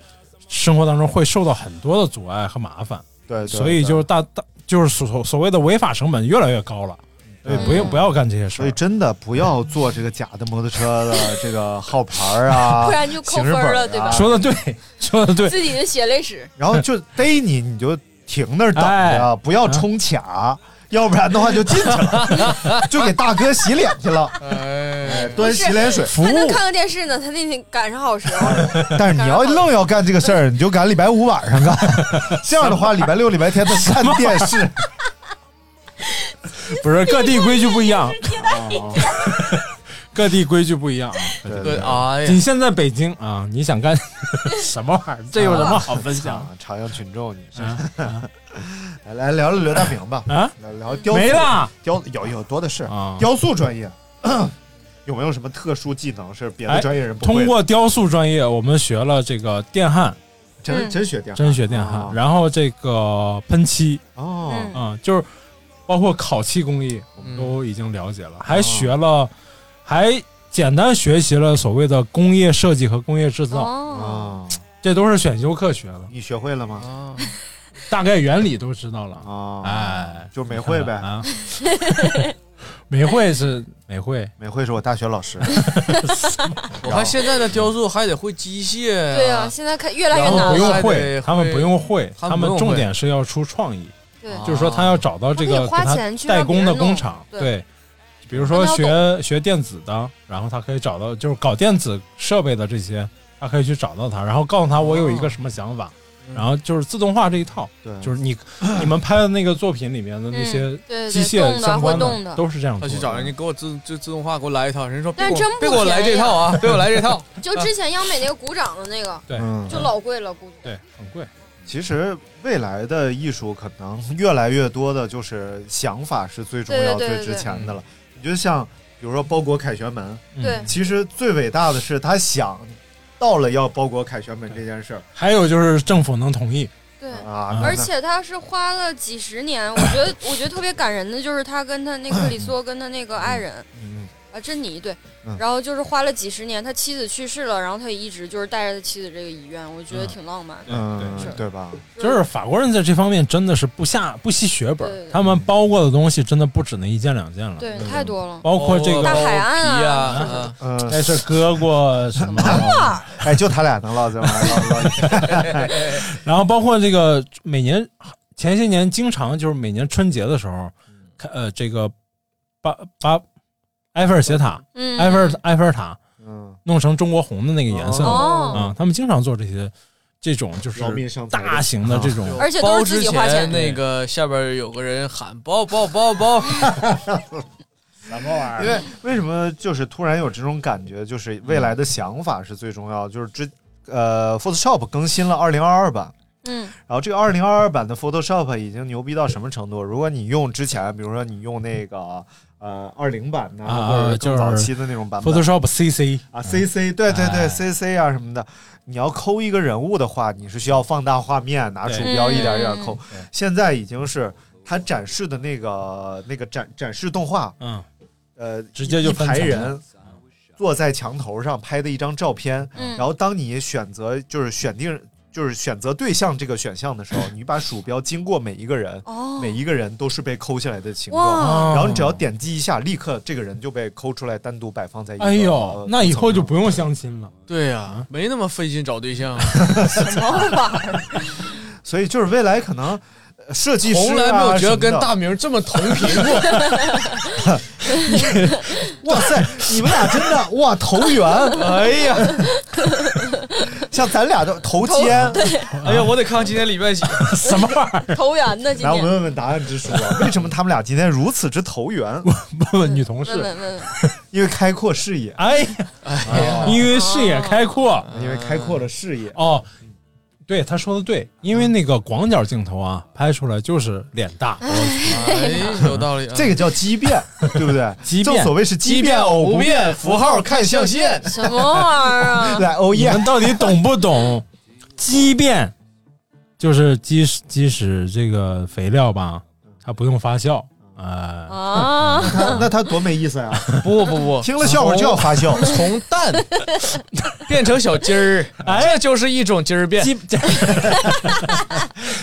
生活当中会受到很多的阻碍和麻烦，
对，对
所以
对
就是大大就是所所谓的违法成本越来越高了，所以不用不要干这些事
嗯所以
儿。
真的不要做这个假的摩托车的 这个号牌儿啊
不，然就扣
行驶
分
本
儿
儿
了，
啊
对吧？
说的对， 说的对，
自己的血泪史，
然后就逮你你就停那儿等着，
哎
不要冲卡，要不然的话就进 去了，就给大哥洗脸去了，
哎，
端洗 脸水。
服
他能
务
看个电视呢，他那天赶上好时候了。
但是你 要愣要干这个事儿，你就赶礼拜五晚上干，这样的话礼拜六、礼拜天的看电视。
不是各地规矩不一样，各地规矩不一样。
对
对，哎呀
你，现在北京啊，你想 干什么玩意儿？这有什么好分享？
啊，朝阳群众，你是来来聊聊刘大明吧，
啊，
聊聊雕塑
没了，
雕有有多的是
啊，
雕塑专业 有没有什么特殊技能是别的
哎
专业人不会的？
通过雕塑专业，我们学了这个电焊，
真
嗯
真学雕，
真学电焊，
哦
然后这个喷漆
哦，
嗯
啊，就是包括烤漆工艺，我们都已经了解了，还学了，还简单学习了所谓的工业设计和工业制造，
哦，
啊，
这都是选修课学的，
你学会了吗？
啊哦
大概原理都知道了。
啊，
哎，
就没会呗
啊！美惠是美惠，
美惠是我大学老师。
我看现在的雕塑还得会机械、啊，
对啊，现在看越来越
然后
难
不
了。
用
还得
会，他们
会
不用会，
他
他
们不
们
用
重
会哦
点是要出创意，
对，
就是说他要找到这个
他可以花
给
钱去
他代
让别
工
人
的
弄
工厂，
对
对，比如说
他们
学学电子的，然后他可以找到就是搞电子设备的这些，他可以去找到他，然后告诉他我有一个什么想法，
嗯
然后就是自动化这一套，
对，
就是你你们拍的那个作品里面的那些
嗯对对
机械
动的
相关
会动的
都是这样
他
做
去
的
找
嗯
人，你给我自自自动化给我来一套，人家说别
但
给
真
我
不
别给我来
便宜
这套 啊，别给我来这套，
就之前央美那个鼓掌的那个，
对
嗯，
就老贵了，估计。
对，很贵，
其实未来的艺术可能越来越多的就是想法是最重要、
对对对对
最值钱的了。你就像比如说包裹凯旋门，
嗯
对
其实最伟大的是他想到了要包裹凯旋门这件事儿
还有就是政府能同意，
对，
啊，
而且他是花了几十年，我觉得我觉得特别感人的就是他跟他那克里索跟他那个爱人
嗯
啊珍妮对
嗯，
然后就是花了几十年，他妻子去世了，然后他也一直就是带着他妻子这个遗愿，我觉得挺浪漫的。
嗯，
是
对 吧？
就是法国人在这方面真的是不下不惜血本
对对，对
他们包过的东西真的不止那一件两件了，
对，太多了。
包括这个
大海岸啊
包皮啊，
嗯，
但是割过什 么？
哎，就他俩能唠这玩意儿，唠唠
然后包括这个每年前些年经常就是每年春节的时候，
嗯
看呃，这个巴巴埃菲尔斜塔、
嗯，
埃菲尔埃菲尔塔
嗯，
弄成中国红的那个颜色啊、
哦，
他们经常做这些这种就是
劳民伤财的
大型的这种。
而且都是自己花
包之
钱
前那个下边有个人喊包包包 包，
什么玩意儿？因为为什么就是突然有这种感觉，就是未
嗯
来的想法是最重要的，就是之呃 Photoshop 更新了2022版。
嗯，
然后这个二零二二版的 Photoshop 已经牛逼到什么程度？如果你用之前，比如说你用那个呃二零版的，
啊
或者
就
更
是
早期的那种版本
Photoshop CC
啊，CC，对对对
哎
，CC 啊什么的，你要抠一个人物的话，你是需要放大画面，拿
对
鼠标一点一点抠
对。
现在已经是它展示的那个那个展展示动画，
嗯，
呃，
直接就
一
翻
排
墙
人坐在墙头上拍的一张照片，
嗯
然后当你选择就是选定就是选择对象这个选项的时 候，你把鼠标经过每一个人，
哦
每，一个人都是被抠下来的形状。
哇，
哦
然后你只要点击一下，立刻这个人就被抠出来，单独摆放在一个。
哎
呃
呦，那以后就
层
不用相亲 了。
对呀，没那么费劲找对象，啊
什么玩意儿？
上所以就是未来可能呃设计师、啊、
从来没有觉得跟
什么的
大明这么同
啊
频过。
哇塞，你们俩真的哇投 缘，哎呀， 像咱俩都头肩。
哎呀，我得看看今天礼拜几。
什么玩意
投缘呢？今
来，我
天
们问问答案之书 啊，为什么他们俩今天如此之投缘？
儿？问女同
问
事，
问问问，
因为开阔视野，
哎呀，因为视野开阔。
因为开阔了视野。
哦，对，他说的对，因为那个广角镜头啊，拍出来就是脸大。
哎，有道理啊。
这个叫畸 变，对不对？
畸变
正所谓是畸变偶 不变，符号看象限。
什么玩 意儿啊？
来，欧
你
耶
们！到底懂不懂？畸变就是基石基石这个肥料吧，它不用发酵，呃，
啊，
他那他多没意思呀！
不不不，
听了笑话就要发 笑。
从蛋变成小鸡 儿，
哎
这就是一种鸡儿 变，
畸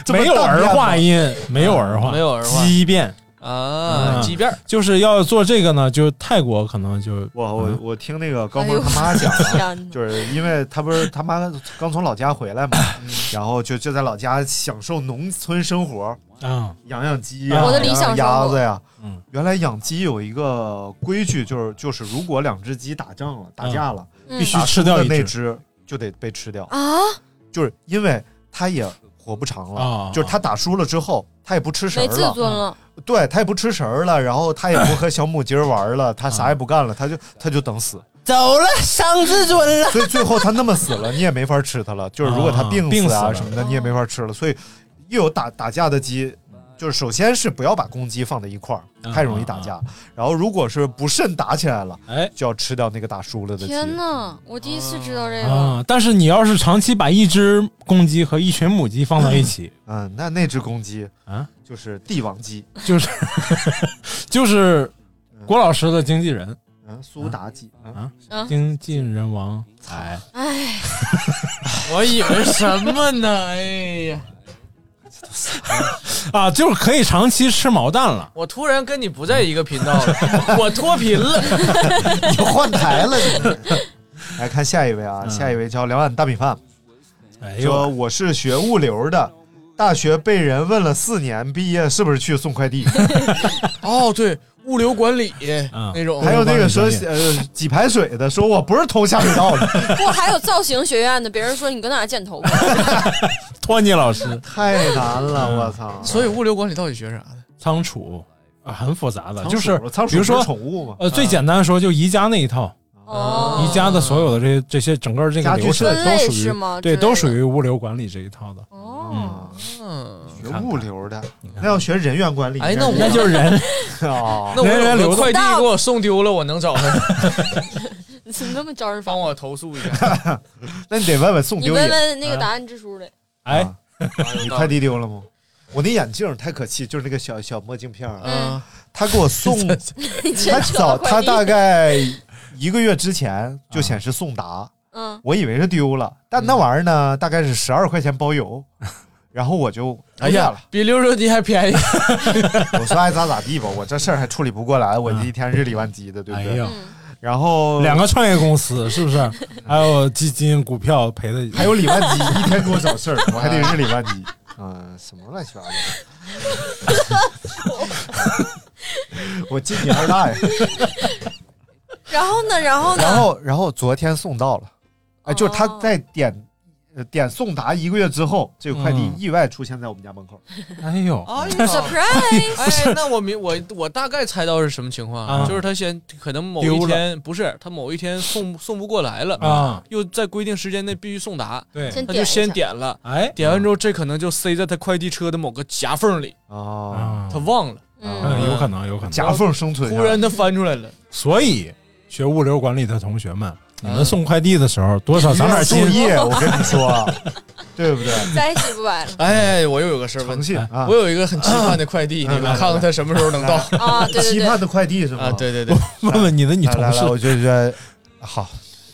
这么
没有
荡漾
儿
吗
化音，嗯没有儿化，
没有儿化
畸变
啊，
嗯
畸变儿。
就是要做这个呢，就泰国可能就
我我我听那个高
哎
萌
呦
他妈 讲啊，
天哪！
就是因为他不是他妈刚从老家回来嘛，然后就就在老家享受农村生活，
啊，
养养鸡呀，
我的
理
养
想
养鸭子呀。
嗯，
原来养鸡有一个规矩，就是就是如果两只鸡打仗了、打架了，
嗯
必须
打
吃
输
掉
的
一
那
只。
只就得被吃掉，
啊，
就是因为它也活不长了，
啊
就是它打输了之后，它也不吃食
没
儿
自
了，嗯
尊了。
对，它也不吃食儿了，然后它也不和小母鸡儿玩儿了，它啥也不干了，它就它就等死。
走了，伤自尊了。
所以最后它那么死了，你也没法吃它了。就是如果它
啊
病
病
死
死
啊
了
什么的，你也没法吃了。所以又有打打架的鸡，就是首先是不要把公鸡放在一块儿，
啊
太容易打架。然后如果是不慎打起来了，
哎
就要吃掉那个打输了的鸡。
天哪，我第一次知道这个。
啊，但是你要是长期把一只公鸡和一群母鸡放到一起，
嗯，那那只公鸡
啊，
就是帝王鸡，
就是 就是郭老师的经纪人，
嗯，苏妲己，嗯，
经纪人王才，
哎，
我以为什么呢？哎呀，
啊，就是可以长期吃毛蛋了。
我突然跟你不在一个频道了，我脱贫了。
你换台了你。 来看下一位啊，
嗯
下一位叫两碗大米饭，
哎
说
呦，
我是学物流的，大学被人问了四年，毕业是不是去送快递？
哦，对，物流管理
嗯
那种
还有那个说
我帮你
呃挤排水的，说我不是通下水道的，
不，还有造型学院的，别人说你搁哪儿剪头发？
托尼老师，
太难了，我操！
所以物流管理到底学啥的？
仓储啊，很复杂的，
仓
就是
鼠仓鼠
比如
不是
说
宠物嘛，
呃，最简单的说就宜家那一套，
哦，
宜家的所有的这些这些整个这
家
个
具
流程
分
都
类
属
是
于
吗？
对，
之类的
都属于物流管理这一套的。
哦。
嗯，
学
看看
物流的，
你看
那要学人员管理。
哎那我
那就是人，
啊，
那我
人人
有
流
个
动
快递给我送丢了，我能找他
你怎么那么招人烦
帮？我投诉一下。
那你得问问送
你
丢
问
也。
问那个答案之书 的，
哎，
啊你快递丢了吗？我那眼镜太可气，就是那个小小墨镜片儿啊，
嗯
嗯，
他给我送，
你
他
真扯
早
快
他
递
大概一个月之前就显示送达，
嗯，
我以为是丢了，但那玩意儿呢，大概是十二块钱包 邮，然后我就
哎
不见
呀
了，，
比溜溜机还便宜。
我说爱咋咋地吧，我这事儿还处理不过来，我这一天日理万机的，对不
哎
对？
呀，
嗯
然后
两个创业公司是不是？还有基金、股票赔的，
还有李万基一天给我找 事儿，我还得是李万基，嗯，什么乱七八糟 的。我今你二 大爷，
然后呢？然后
然
呢？
后然后昨天送到了，哎，就是他
哦
在点、呃点送达一个月之后，这个快递
嗯
意外出现在我们家门口。
哎呦，
哎
surprise，
哎，那我明我我大概猜到是什么情况，
啊
就是他先可能某
丢
一
了
天不是他某一天送送不过来了，
啊，
又在规定时间内必须送达，啊
对，
先
他
点
就
一
先
下
点了，
哎
点完之后这可能就塞在他快递车的某个夹缝里，
哦，
啊
他，忘了，
嗯，
嗯，
有可能，有可能。
夹缝生存下
突
来。
然他翻出来了，
所以学物流管理的同学们，你们
嗯
送快递的时候多少长点
注
心。
意，我跟你说啊，对不对？
再洗不白了
哎，我又有个事儿问
诚，信啊
我，有一个很期盼的快递，
嗯
你们看看他什么时候能到
啊！对对
期盼
对，
的快递是吗？
啊？，对对对，
问问你的女
来
同
来来，我
事
就觉得好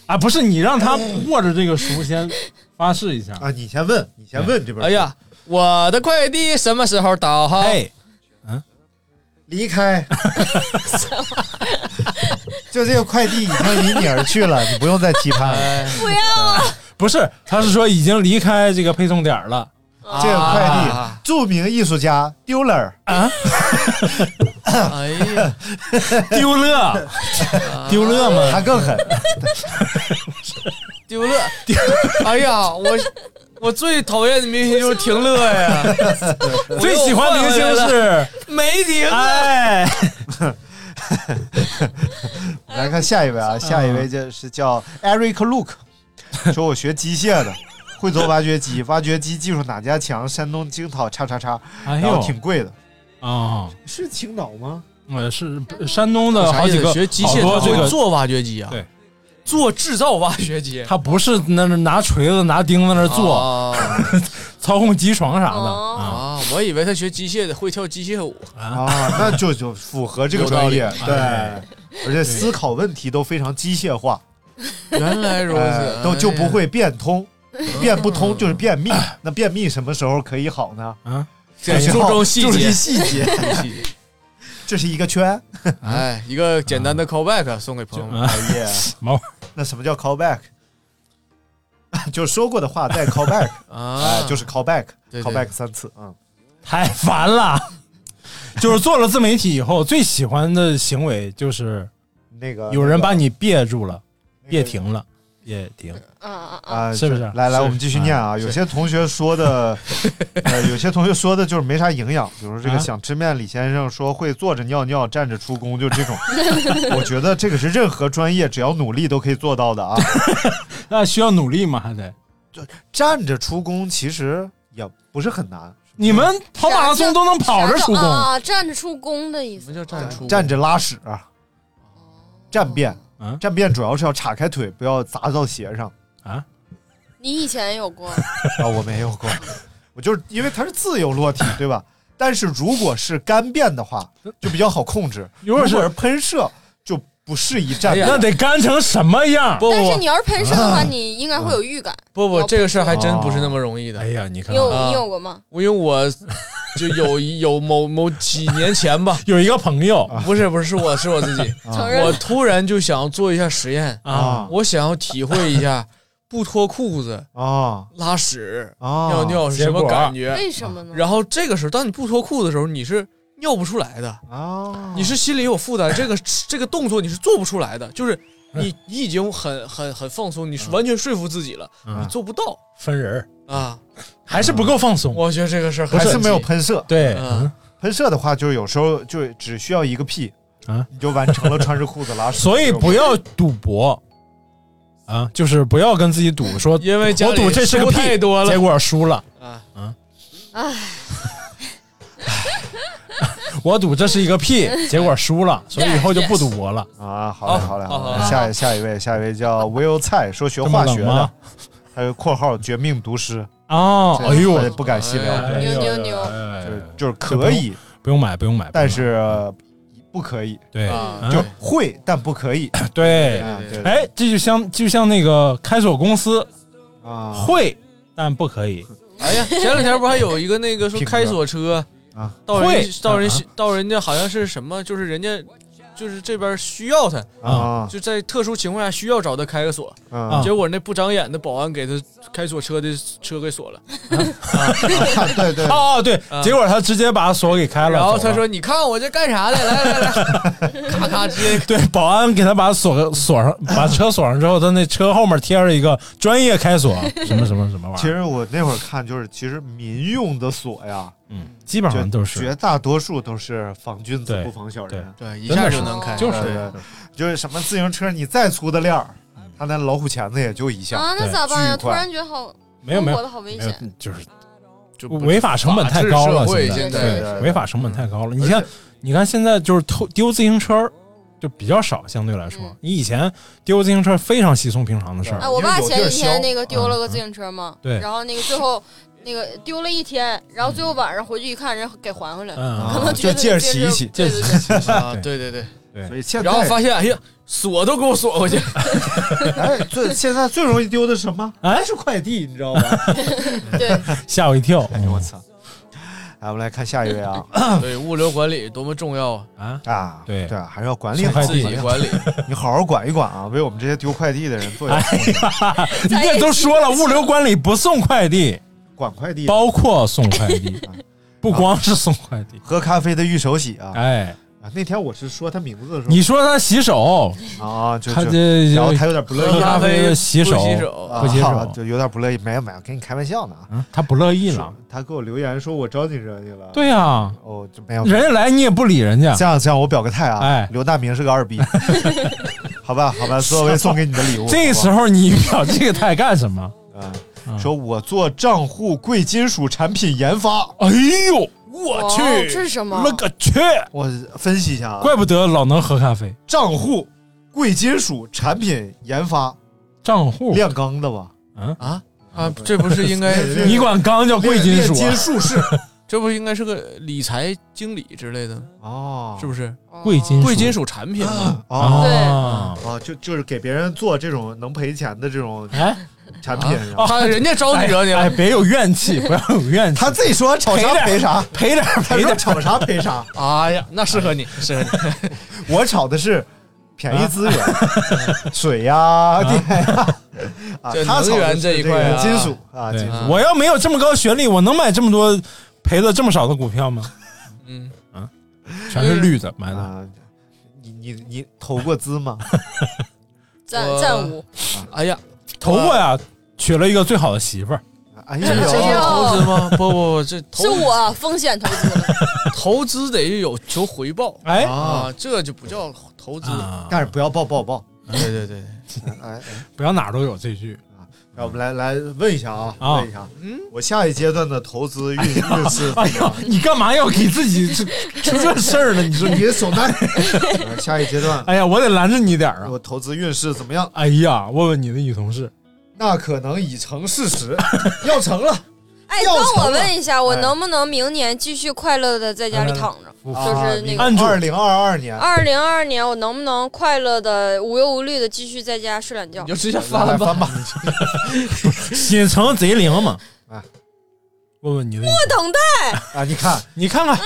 啊，不是你让她握着这个书先发誓一下。
啊，你先问，你先问这边。
哎，呀，我的快递什么时候到哈？
哎，
离开，就这个快递已经离你而去了，你不用再期盼了。
哎，
不要啊！
不是，他是说已经离开这个配送点 了。
这个快递
啊，
著名艺术家丢了儿，
哎呀，
丢乐， 丢乐
他
吗？
更狠，
丢乐，哎呀，我 我最讨厌的明星就是停乐呀，我又
最喜欢明星
换回来了
是
没停啊，
哎，
来看下一位啊，下一位就是叫 Eric Luke，说我学机械的，会做挖掘机，挖掘机技术哪家强？山东青岛叉叉叉，
哎
然
呦
后挺贵的，
啊，
是青岛吗？
我是山东的
啥
好
意
几
思？
个
学机
好
械
多
的
这
会
个，
做挖掘机啊？
对，
做制造挖掘机。
他不是那拿锤子拿钉子那做
啊
操控机床啥的啊
啊！我以为他学机械的会跳机械舞，
啊，
啊，那就就符合这个
有道
专
理
业，对
哎，
而且思考问题都非常机械化，
原来如
哎
此，
都就不
哎呀
会变通。
哎
变不
嗯
通就是便秘，那便秘什么时候可以好呢？
啊
这注重细
注
节
意。细节，啊这是一个圈。
哎，一个简单
啊
的 callback 送给朋友们。
啊
哎呀，
毛
那什么叫 callback？就说过的话再 callback，哎
啊，，
就是 callback，
对对
callback 三次，嗯，
太烦了。就是做了自媒体以后，最喜欢的行为就是
那个
有人把你憋住了，
呃那个
憋停了，憋停。
啊啊！
啊，
是不是
就来来，
是
我们继续念啊。有些同学 说的，呃，有些同学说的就是没啥营养，比如这个
啊
想吃面李先生说会坐着尿尿，站着出宫，就这种。我觉得这个是任何专业只要努力都可以做到的啊。
那需要努力吗？还得
站着出宫其实也不是很难，
你们跑马拉松都能跑着出
啥叫
宫，
啊，站着出宫的意
什
思
么叫站出？
站着拉屎啊，站便
嗯，
站便主要是要岔开腿，不要砸到鞋 上。
你以前有过？
啊，我没有过，我就是因为它是自由落体，对吧？但是如果是干便的话，就比较好控制；
如果是哎
喷射，就不适宜站岗。
那得干成什么样？
不
但是
不
你要是喷射的话，你应该会有预感。
不不，
要
这个事儿还
哦
真不是那么容易的。
哎呀，你看
你有
啊
你有过吗？
我因为我就有有某某几年前吧，
有一个朋友
啊
不是不是，是我是我自 己，
承认
啊我突然就想做一下实验，
啊，
我想要体会一下不脱裤子
啊
拉屎
啊！
尿尿是什
结
么
果啊
感觉。
为什么呢？
然后这个时候，当你不脱裤子的时候，你是尿不出来的，
哦
啊，
你是心里有负担，这个这个动作你是做不出来的，就是
嗯
你你已经很很很放松，你是完全说服自己了，你
嗯
做不到
分人儿
啊。
还是不够放松。
我觉得这个事儿
还是
神
没有
奇
喷射？
对，
嗯
嗯
喷射的话，就是有时候就只需要一个屁
啊，
你就完成了穿着裤子拉屎。
所以不要赌博啊，就是不要跟自己赌说，
因为家
我
里
赌这是个
书
屁，
太多了
结果输了。
啊。
我赌这是一个屁，结果输了，所以以后就不赌博了。
啊，好嘞，好嘞，
好好
好
好
嘞。下一下一位，下一位叫 Will 蔡，说学
这么
化
冷
学的
吗，？
还有括号绝命毒师，
哦，哎
我也
呦，
不敢细聊，
哎
对
呦
牛牛牛
哎
就是就是可以，
不用买，不用买。
但
不用买
是不可以，
对
啊
嗯
就会但不可以。
对，
啊对对
哎，这就像就像那个开锁公司
啊，
会，但不可以。
哎呀，前两天不还有一个那个说
屁股
开锁车
啊，
到人
会
到人
啊
到人家好像是什么，就是人家就是这边需要他，
啊
就在特殊情况下需要找他开个锁，
啊
结果那不长眼的保安给他开锁车的车给锁了，
啊！对对，
哦哦，对
啊，
结果他直接把锁给开了，
然后
走
他
了
说：“你看我这干啥的？来来来，咔咔直接
对，保安给他把锁锁上，把车锁上之后，他那车后面贴着一个专业开锁，什么什么什么玩
其
意儿，
实我那会儿看，就是其实民用的锁呀，
嗯，基本上
就
都
绝
是，
大多数都是防君子
对
不防小人，
对一
真
下
的
就是能开，
就是
对对就是什么自行车，你再粗的链儿，
嗯
他那老虎钳子也就一下。
啊，那
对
咋办呀？
巨
突
快
然觉得好，
没有没
生活
有
的好危
没有
险。，
就是
就不
违法成本太高了，
法治社会
现
现在
对对
对，违法成本太高了。你看，你看现在就是偷丢自行车儿就比较少，相对来说
嗯，
你以前丢自行车非常稀松平常的事儿
哎，，我爸
因为有地
前
儿
几天
消
那个丢了个自行车嘛，
嗯对
然后那个最后那个丢了一天，然后最后晚上回去一看，人给还回来了。
嗯，
可能
啊
觉
就
得
借着
自行
洗
车
一洗
对对对
啊，
对
对对对，
所以现在
然后发现哎呀，锁都给我锁回去，
哎，最现在最容易丢的是什么？
哎
还是快递，你知道吧？
对，
吓我一跳，
哎呦我操！来，我们来看下一 位啊
对物流管理多么重要啊！
啊，
啊，
对
对啊，还是要管理好
快
自
递
己管理，
你好好管一管啊，为我们这些丢快递的人做一
哎
做
你这都说了，物流管理不送快递，
管快递。
包括送快 递，不光是送快递，
喝咖啡的御手洗啊！
哎。
啊那天我是说他名字的时候，
你说他洗手，
啊，就
他
就
这
然后他有点不乐
喝
意，
咖啡
不
洗手
洗手
啊
不接受
就有点不乐意。没有没有，跟你开玩笑呢啊！
嗯他不乐意
是
了。
他给我留言说我招你惹你了。，
对呀、
哦，就没有
人家来你也不理人家，
这样这样，我表个态啊！
哎
刘大明是个 二逼， 好吧好吧，作为送给你的礼物。
啊这时候你表这个态干什么？
候啊，说我做账户贵金属产品研发，
哎呦，我去，
哦这是什么
了个去，
我分析一下啊，
怪不得老能喝咖啡。
账户贵金属产品研发，
账户，
炼钢的吧？
啊啊，这不是应该
对
你管钢叫贵金属
炼
啊、
金术士
这不应该是个理财经理之类的，
哦，
是不是？
贵金属
贵金属产品嘛，
哦。
啊？
啊，就就是给别人做这种能赔钱的这种
哎，
产品，然后
啊他人家招你惹你
哎，
了
别有怨气，不要有怨气。
他自己说炒啥赔啥，
赔点儿
他
赔点
说
儿，
炒啥赔啥，
哎呀，那适合你，适合 你。
我炒的是便宜资源，啊水呀、电呀，啊
这，
他炒
能
的
源
是
这一块
个
啊
金属啊，金
对
属。
我要没有这么高学历，我能买这么多赔的这么少的股票吗？ 啊
嗯，
全是绿的买的，
啊，你你你投过资吗？
暂
我
暂无。
哎呀，
投过呀，娶了一个最好的媳妇儿。
哎
这这
哎
是
呦
呦，
投资吗？不不不，这
是
投
我啊风险投资了，
投资得有求回报
哎，
啊，这就不叫投资。
啊
但是不要抱抱抱。
对对对，
哎，
不要哪儿都有这句。
让我们来来问一下啊，
啊
问一下，
嗯
我下一阶段的投资运运 势怎
哎
么样
呦，你干嘛要给自己出出这事儿呢？你说
就，你的手 袋，下一阶 段
哎呀，我得拦着你点儿啊！
我投资运势怎么样？
哎呀，问问你的女同事，
那可能已成事实，要成了。
哎，
掉层
那我
了
问一下，我
哎嗯
能不能明年继续快乐的在家里躺着？ 就是那个
啊二零二二年，
二零二二年，我能不能快乐的、无忧无虑的继续在家睡懒觉？
你就直接翻吧，
翻吧，
心诚则灵 嘛。
啊，
问问你的意
不等待
啊，你看，
你看看，
啊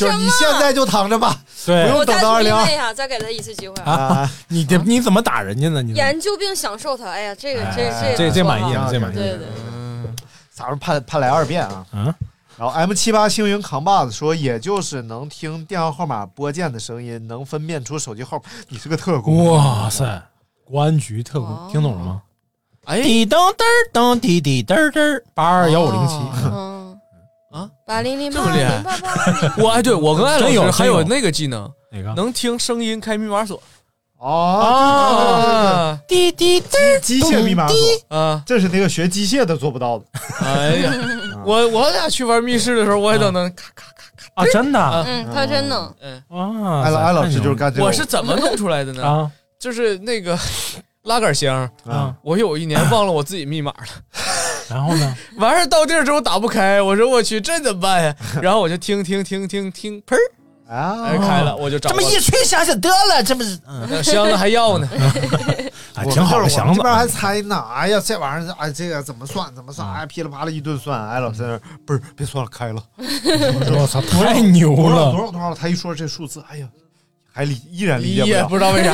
就是你现在就躺着吧，
对，
不用
我再
等到
重
二
新
零
问一下，再给他一次机会。
啊，你这你怎么打人家呢？你
研究并享受它，哎呀，这个这
哎
个
这
这
这
个不错
满意
哈
了，这满意
对对
了。
对，
嗯咱们盼盼来二遍啊。
嗯，
然后 M 七八星云扛把子说，也就是能听电话号码拨键的声音，能分辨出手机号码。你是个特工，
哇塞，国安局特工，听懂了吗？
哎
滴噔嘚儿噔滴滴嘚儿嘚儿，八二幺五零七，
嗯
啊，
八零零
这么厉害
八八零
我哎，对我跟艾老
真有
师
真
还有
有
那个技能，
哪个？
能听声音开密码锁
哦，
啊
滴滴嘚儿，
机械密码锁，
啊！
这是那个学机械的做不到的。
哎呀，我我俩去玩密室的时候，我也都能咔咔咔咔。
啊，真的啊！
嗯，他真能。
嗯，
哇
艾老
塞
艾老师
太牛
就是干这个，
我是怎么弄出来 的呢？
啊
就是那个拉杆箱，
啊
啊，
我有一年忘了我自己密码了，
然后呢？
完事儿到地儿之后打不开，我说我去这怎么办呀？然后我就听听听听听，砰儿哎
啊，
开了，我就找到了
吹，想想得了，这不是
那箱子还要呢，
哎，挺好的
我
祥
们
子
这边还猜呢，哎呀，这玩意儿，哎，这个怎么算？怎么
嗯
算？哎，噼里啪啦一顿算。哎，老师，不是，别算了，开了，
我操，太牛
多少
了！
多少多少？他一说这数字，哎呀，还理依然理解不
也
了。
不知道为啥。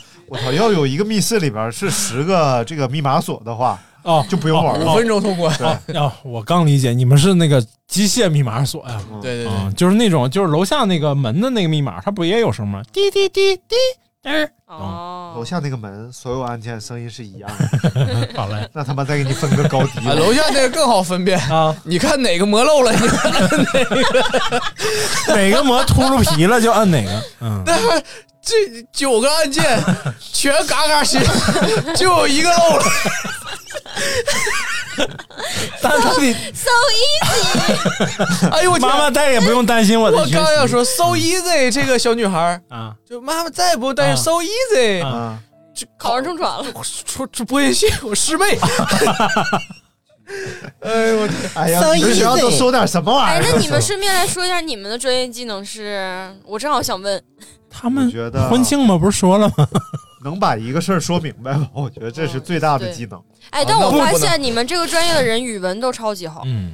我操，要有一个密室里边是十个这个密码锁的话，
哦，
就不用玩了。
五分钟通关，
哦，我刚理解，你们是那个机械密码锁呀？
对对对，
啊，就是那种，就是楼下那个门的那个密码，它不也有声吗？滴滴滴滴嘚儿。
楼
哦，
下那个门，所有按键声音是一样的，
好嘞
那他妈再给你分个高低
啊，
了。
楼下那个更好分辨。
啊，
你看哪个磨漏了？你看
哪个膜秃噜皮了就按哪个。嗯，
这九个按键全嘎嘎新，就有一个漏了。
但 是你
so easy，
哎呦我天！
妈妈再也不用担心我的
我
学习。
刚要说 so easy 这个小女孩儿，
啊，
就妈妈再也不但是
啊
so easy
啊
啊，
就
考
考
上 中传了。
出出播音系，我师妹。哎呦我天！
哎呀，你们学校都收点什么玩
哎
意，儿？
那你们顺便来说一下你们的专业技能是？我正好想问，
他们
我觉得
嗯婚庆嘛，不是说了吗？
能把一个事儿说明白吗？ 我觉得这是最大的技能。
嗯
啊
哎，但我发现你们这个专业的人语文都超级好，
嗯，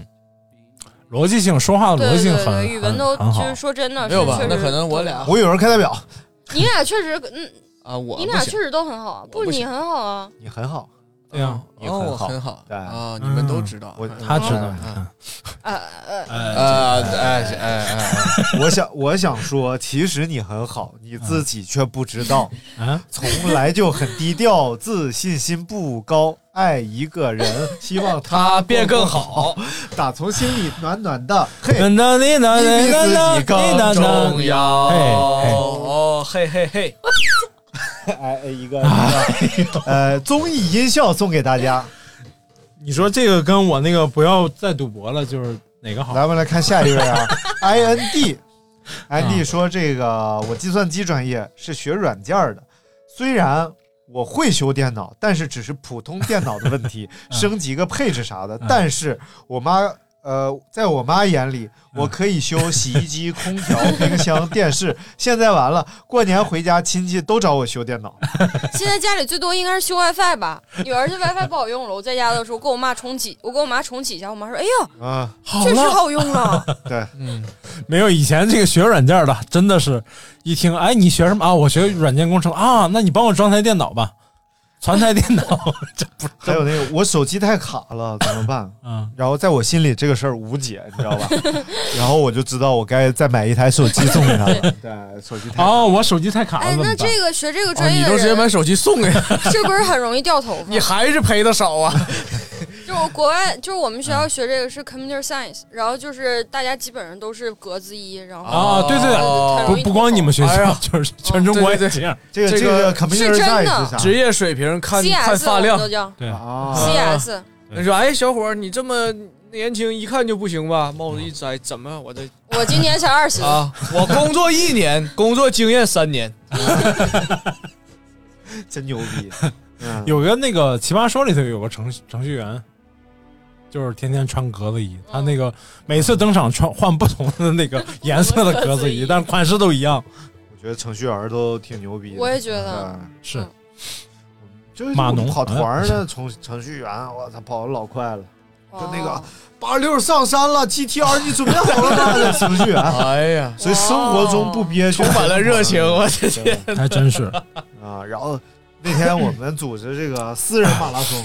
逻辑性说话的
对
逻辑
对
性
对，
很
对语文都
很很
就
好
是。说真的，
没有
是
吧
确？
那
实
可能我
特别
俩
好
我语文课代表，
你俩确实，嗯，
啊，我
你
不
俩
行
确实都很好啊，不，
我不
你
行
很 好啊，
你很好，
对呀，
你
哦，
很
我
好
很好
对
哦
啊，你们都知道。
我
他知道。嗯
呃呃，
啊，哎哎哎，
我想我想说，其实你很好，你自己却不知道，
嗯
啊，
从来就很低调，自信心不高，爱一个人，希望
他
他
变更好，
打从心里暖暖的。嘿，
噔噔噔噔
你比
噔
自
噔
己更
噔
重
噔，
要。
哎
哦，嘿嘿嘿，
哎，哎一个 一个呃综艺音效送给大家。
你说这个跟我那个不要再赌博了，就是哪个好？
来，我们来看下一位啊，I N D。I N D 说：“这个我计算机专业是学软件儿的，虽然我会修电脑，但是只是普通电脑的问题，升级个配置啥的。但是我妈，呃，在我妈眼里，我可以修洗衣机、空调、冰箱、电视。现在完了，过年回家亲戚都找我修电脑。
现在家里最多应该是修 WiFi 吧？女儿这 WiFi 不好用了，我在家的时候跟我妈重启，我跟我妈重启一下，我妈说：“哎呀，
啊，
好
确实
了，啊
好 用了。
对，
没有以前这个学软件的，真的是一听，哎，你学什么啊？我学软件工程啊，那你帮我装台电脑吧，传台电脑，这不是
还有那个我手机太卡了，怎么办？”
啊，
然后在我心里这个事儿无解，你知道吧？然后我就知道我该再买一台手机送给他了。对，手机 太
哦，我手机太卡了，
哎，
怎么
那
办
这个学这个
哦，
专
你
啊
业
都
的
直接把
人，
手机送给他，
是不是很容易掉头发
你？还是赔的少啊。
就是我国外，就是我们学校学这个是 computer science，然后就是大家基本上都是格子一，然 后
啊，对对
哦
对，不不光你们学
哎
校
呀，哦
就是全中国也
对对对
这样，
这个
这
这
个
个 computer
是
s
真
i
的
e
职业水平看
啊
看
CS
发
我们
亮
都，叫
对，
啊，
CS。
你说哎，小伙儿，你这么年轻，一看就不行吧？帽子一摘，怎么我这
我今年才二十，
啊？我工作一年，工作经验三年，
真牛逼！嗯，
有个那个《奇葩说》里头有个程程序员，就是天天穿格子衣，他那个每次登场穿换不同的那个颜色的格子衣，但款式都一样。
我觉得程序员都挺牛逼的。
我也觉得
嗯
是
就是
码农
跑团儿的程程序员，我操，跑的老快了。
就
就那个
八六上山了，GTR 你准备好了吗？
程序 员，
哎呀，
啊
哦
所以生活中不憋屈，
充满了热情，我的天！
还真 是。
啊。然后那天我们组织这个私人马拉松，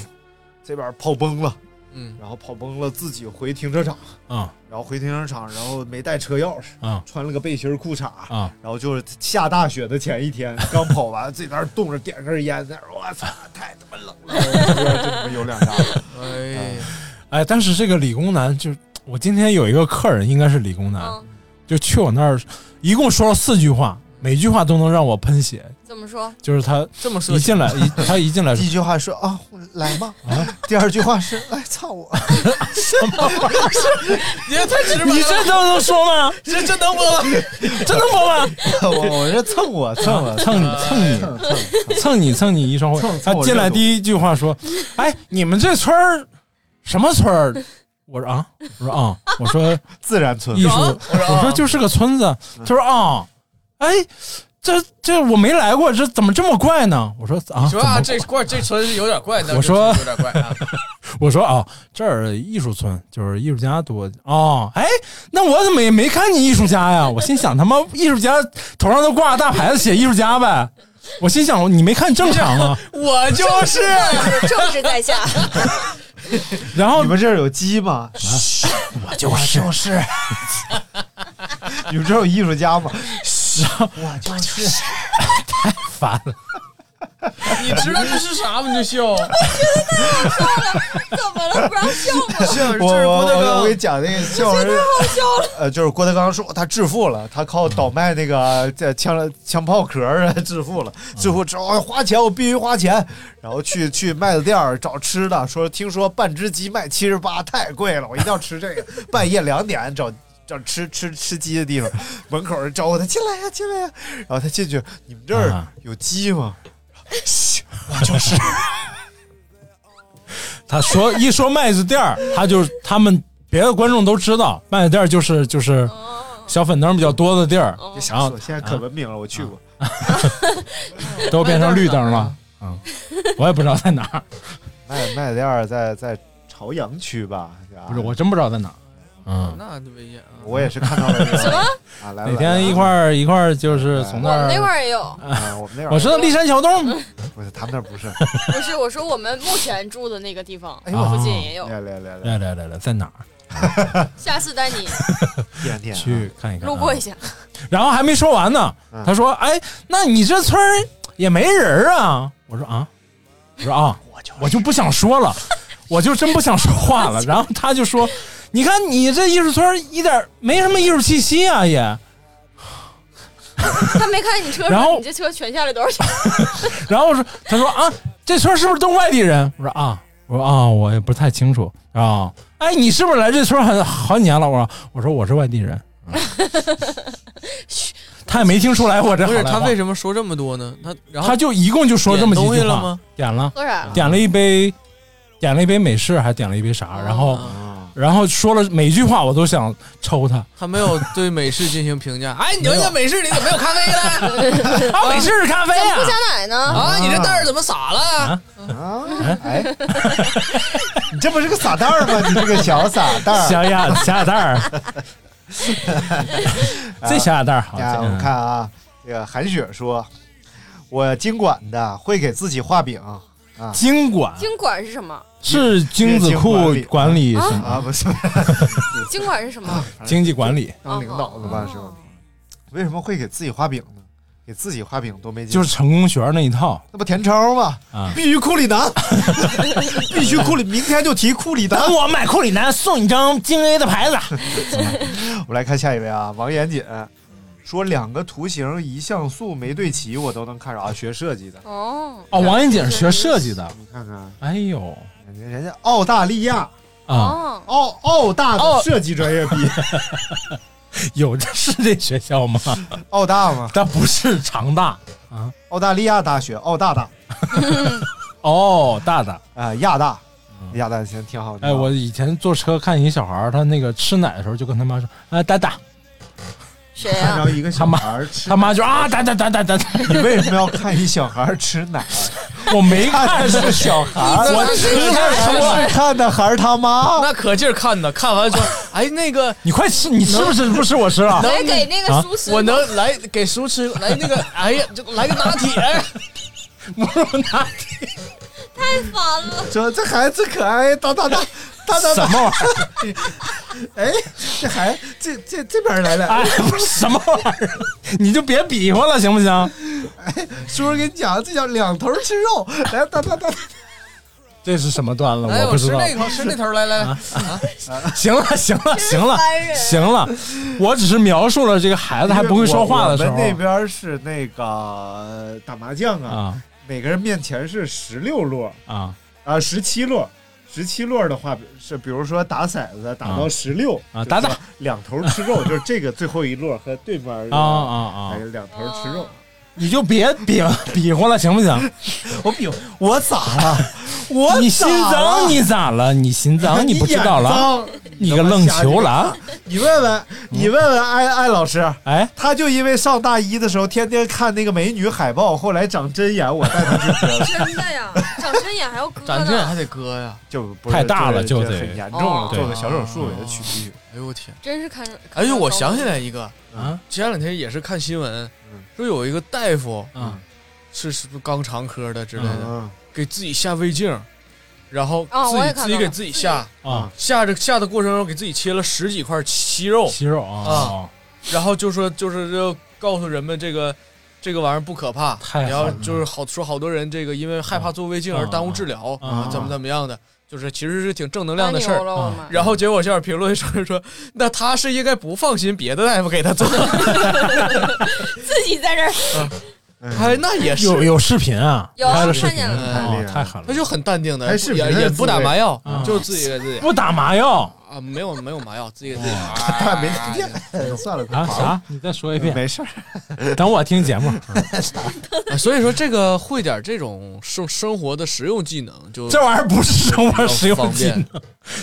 这边跑崩了，
嗯，
然后跑崩了，自己回停车场，
啊
然后回停车场，然后没带车钥匙，
啊
穿了个背心儿裤衩，
啊！
然后就是下大雪的前一天，刚跑完，自己在那儿冻着，点根烟，在那儿，我操，太他妈冷了，我这边就他妈有两大了。
哎呀，
哎，但是这个理工男就我今天有一个客人，应该是理工男，
嗯，
就去我那儿，一共说了四句话，每句话都能让我喷血。
怎么说？
就是他
这么说
一进来， 一他一进来
第
说
一句话是啊，来吧。第二句话是来操我。
你这太直白了，
你这都能说吗？
这这能播吗？
这能播 吗？
我我这蹭我蹭我
蹭你蹭
蹭蹭
你 蹭你蹭你一双
蹭
会。
蹭
他
我
进来
热度
第一句话说：“哎，你们这村儿什么村儿？”我说啊，我说啊，我说
自然村
艺术，我说就是个村子。
嗯
他说啊，哎，这这我没来过，这怎么这么怪呢？我说啊，
说
怎
啊，
么
这怪这村有点怪，但是
我说
有点怪啊，
我说啊，这儿艺术村就是艺术家多哦。哎，那我怎么也没看你艺术家呀？我心想他妈艺术家头上都挂着大牌子写艺术家呗。我心想你没看正常啊。
我就是
正是 在下，
然后哎
你们这儿有鸡吗？
我就是
就是
你们这儿有艺术家吗？
我就是
烦了，
你知道这是啥吗？你就笑，
怎么了？不让笑吗？
我
这是郭德纲
我我给你讲那个笑话，呃，就是郭德纲说他致富了，他靠倒卖那个这枪枪炮壳儿致富了，最后之后哎花钱我必须花钱，然后去去麦子店儿找吃的，说听说半只鸡卖七十八太贵了，我一定要吃这个，半夜两点找。找吃吃吃鸡的地方，门口人招呼他进来呀、进来呀、然后他进去，你们这儿
啊
有鸡吗？
他说一说麦子店儿，他就他们别的观众都知道，麦子店儿就是就是小粉灯比较多的地儿，
别
然
瞎
后
说，现在可文明了，我去过。
啊都变成绿灯了。嗯，我也不知道在哪儿，
麦麦店儿在在朝阳区吧？
不是，我真不知道在哪儿。嗯，
那就危险啊！
我也是看到了这个
什么？
啊，来吧
哪天一块儿一块儿就是从那
我们那块
儿，
儿也有，
来吧啊，我们那儿
我知道骊山桥洞，
不是他们那儿不 是，
不是我说我们目前住的那个地方
哎
啊
呦，
附近也有。
来来来来，
来来来来，在哪儿？
下次带你
点点啊
去看一看啊，
路过一下，
然后还没说完呢，
嗯
他说：“哎，那你这村儿也没人儿啊？”我说：“啊，我说啊，我就我就不想说 了，我就真不想说话了。”然后他就说：“你看你这艺术村儿一点儿没什么艺术气息啊，也。
他没看你车，
然后
说你这车全下来多 少钱？”
然后我说：“他说啊，这村儿是不是都外地人？”我说：“啊，我说啊，我也不太清楚啊。”哎，你是不是来这村儿很好几年了？我说：“我说我是外地人。他也没听出来我这
不
好
是
赖
他
话
为什么说这么多呢？他然后
他就一共就说这么几
点
句
东西了
话
吗，
点了。
多少？
点了一杯，点了一杯美式，还点了一杯啥，然后
啊，
然后说了每句话我都想抽他，
他没有对美式进行评价。哎，你们家 美式里怎么没有咖啡 了？
啊，美式咖啡
怎么不加
啊，
奶呢？
啊，你这袋儿怎么洒了？
哎， 你这不是个撒蛋儿吗？你这个小撒蛋儿
小 鸭小鸭蛋儿， 这小鸭蛋儿好，
呀，
这
我们
嗯
看啊，这个韩雪说，我经管的会给自己画饼啊
经管
经管是什么？
是精子库管理什么
啊，不是
嗯
经管是什么？
经济管理，
当领
哦
导的吧是吧？为什么会给自己画饼呢？给自己画饼都没劲，
就是成功学那一套
那不填超吗？
啊。
必须库里 南，必须库里，明天就提库里南。
我买库里南送你张京 A 的牌子，
我们来看下一位啊，王严谨说两个图形一像素没对齐，我都能看着啊，学设计的，
哦
哦，王艳姐是学设计的，
你看看，
哎呦
人家澳大利亚
啊，
哦，
澳澳大
澳
的设计专业毕业，
有这是这学校吗？
澳大吗？
但不是长大
澳大利亚大学，澳大大
哦，大大
啊、亚大，
李亚丹现在挺好。
哎，我以前坐车看一小孩儿，他那个吃奶的时候就跟他妈说：“啊，打打。”
谁
呀、
然后一个小
他妈
孩儿吃
他妈就啊，打打打打打打。
你为什么要看一小孩吃 奶？
我没
看
看
是小孩儿，
我吃
哎是看的还是他妈？
那可劲儿看呢，看完说，哎，那个
你快吃，你吃不吃？不吃我吃了。
能
来给那个
啊
苏吃
我能来给叔吃，来那个，哎呀，就来个拿 铁，
母乳拿铁。
太烦了。
这这孩子可爱，哒哒哒哒哒哒。
什么玩
意儿？哎， 这孩这这这边来 了。
哎，不是什么玩意儿，你就别比划了，行不行？
叔叔给你讲，这叫两头吃肉。来，哒哒哒。
这是什么段子？
哎，
不
我
知
吃
道。
那口，吃那头，来来来，
行了，行了，行了
烦，人
行了，我只是描述了这个孩子还不会说话的时
我们那
候。
边是那个打麻将啊，
啊
每个人面前是十六摞
啊
啊，十七摞。十七摞的话是，比如说打骰子打到
啊
十六
啊打打
两头吃肉，就是这个最后一摞和对面儿的
啊啊
哎
啊！
两头吃
哦
肉。
你就别比比划了，行不 行？
我比我咋了？我咋了
你心脏你咋了？你心脏
你
不知道 了？啊嗯
眼脏
你个愣球了？
你问问，你问问艾艾老师，
哎，
他就因为上大一的时候天天看那个美女海报，后来长针眼，我带他去割了，
真的 呀，长针眼还要割
长这样
呢，
还得割呀，
就不是
太大了
就
就是得
很严重了，
哦
做个小手术给他取出去。
哎呦我天，
真是看着。
哎呦，我想起来一个，
啊
前两天也是看新闻
嗯，
说有一个大夫
啊！
是是不是肛肠科的之类的，
嗯，
给自己下胃镜，然后
啊
自
我
己
也看
自己
到了
给自己下，
啊，
下着下的过程中给自己切了十几块息肉，
息肉啊，
然后就说就是就告诉人们这个这个玩意儿不可怕，
啊太
你要
狠了
啊就是好说好多人这个因为害怕做胃镜而耽误治疗，
啊
怎么怎么样的，就是其实是挺正能
太
量的
牛
事儿。
了，
啊
我妈。
然后结果下边评论说 说，那他是应该不放心别的大夫给他做，
自己在这儿
哎，那也是，
有有视频啊，
有
拍了视
看
频
见了
嗯
啊，太狠了
他。就很淡定的，
哎还
也
是别人
也不打
自慰
麻药
啊，
就是自己给自己
不打麻药
啊，没有没有麻药，自己给自己
他哎没听见， 算了，
啊？啥？你再说一遍。
没事儿，
等我听节目。
啊所以说，这个会点这种生生活的实用技能，就
这玩意儿不是生活实用
方
技能
便，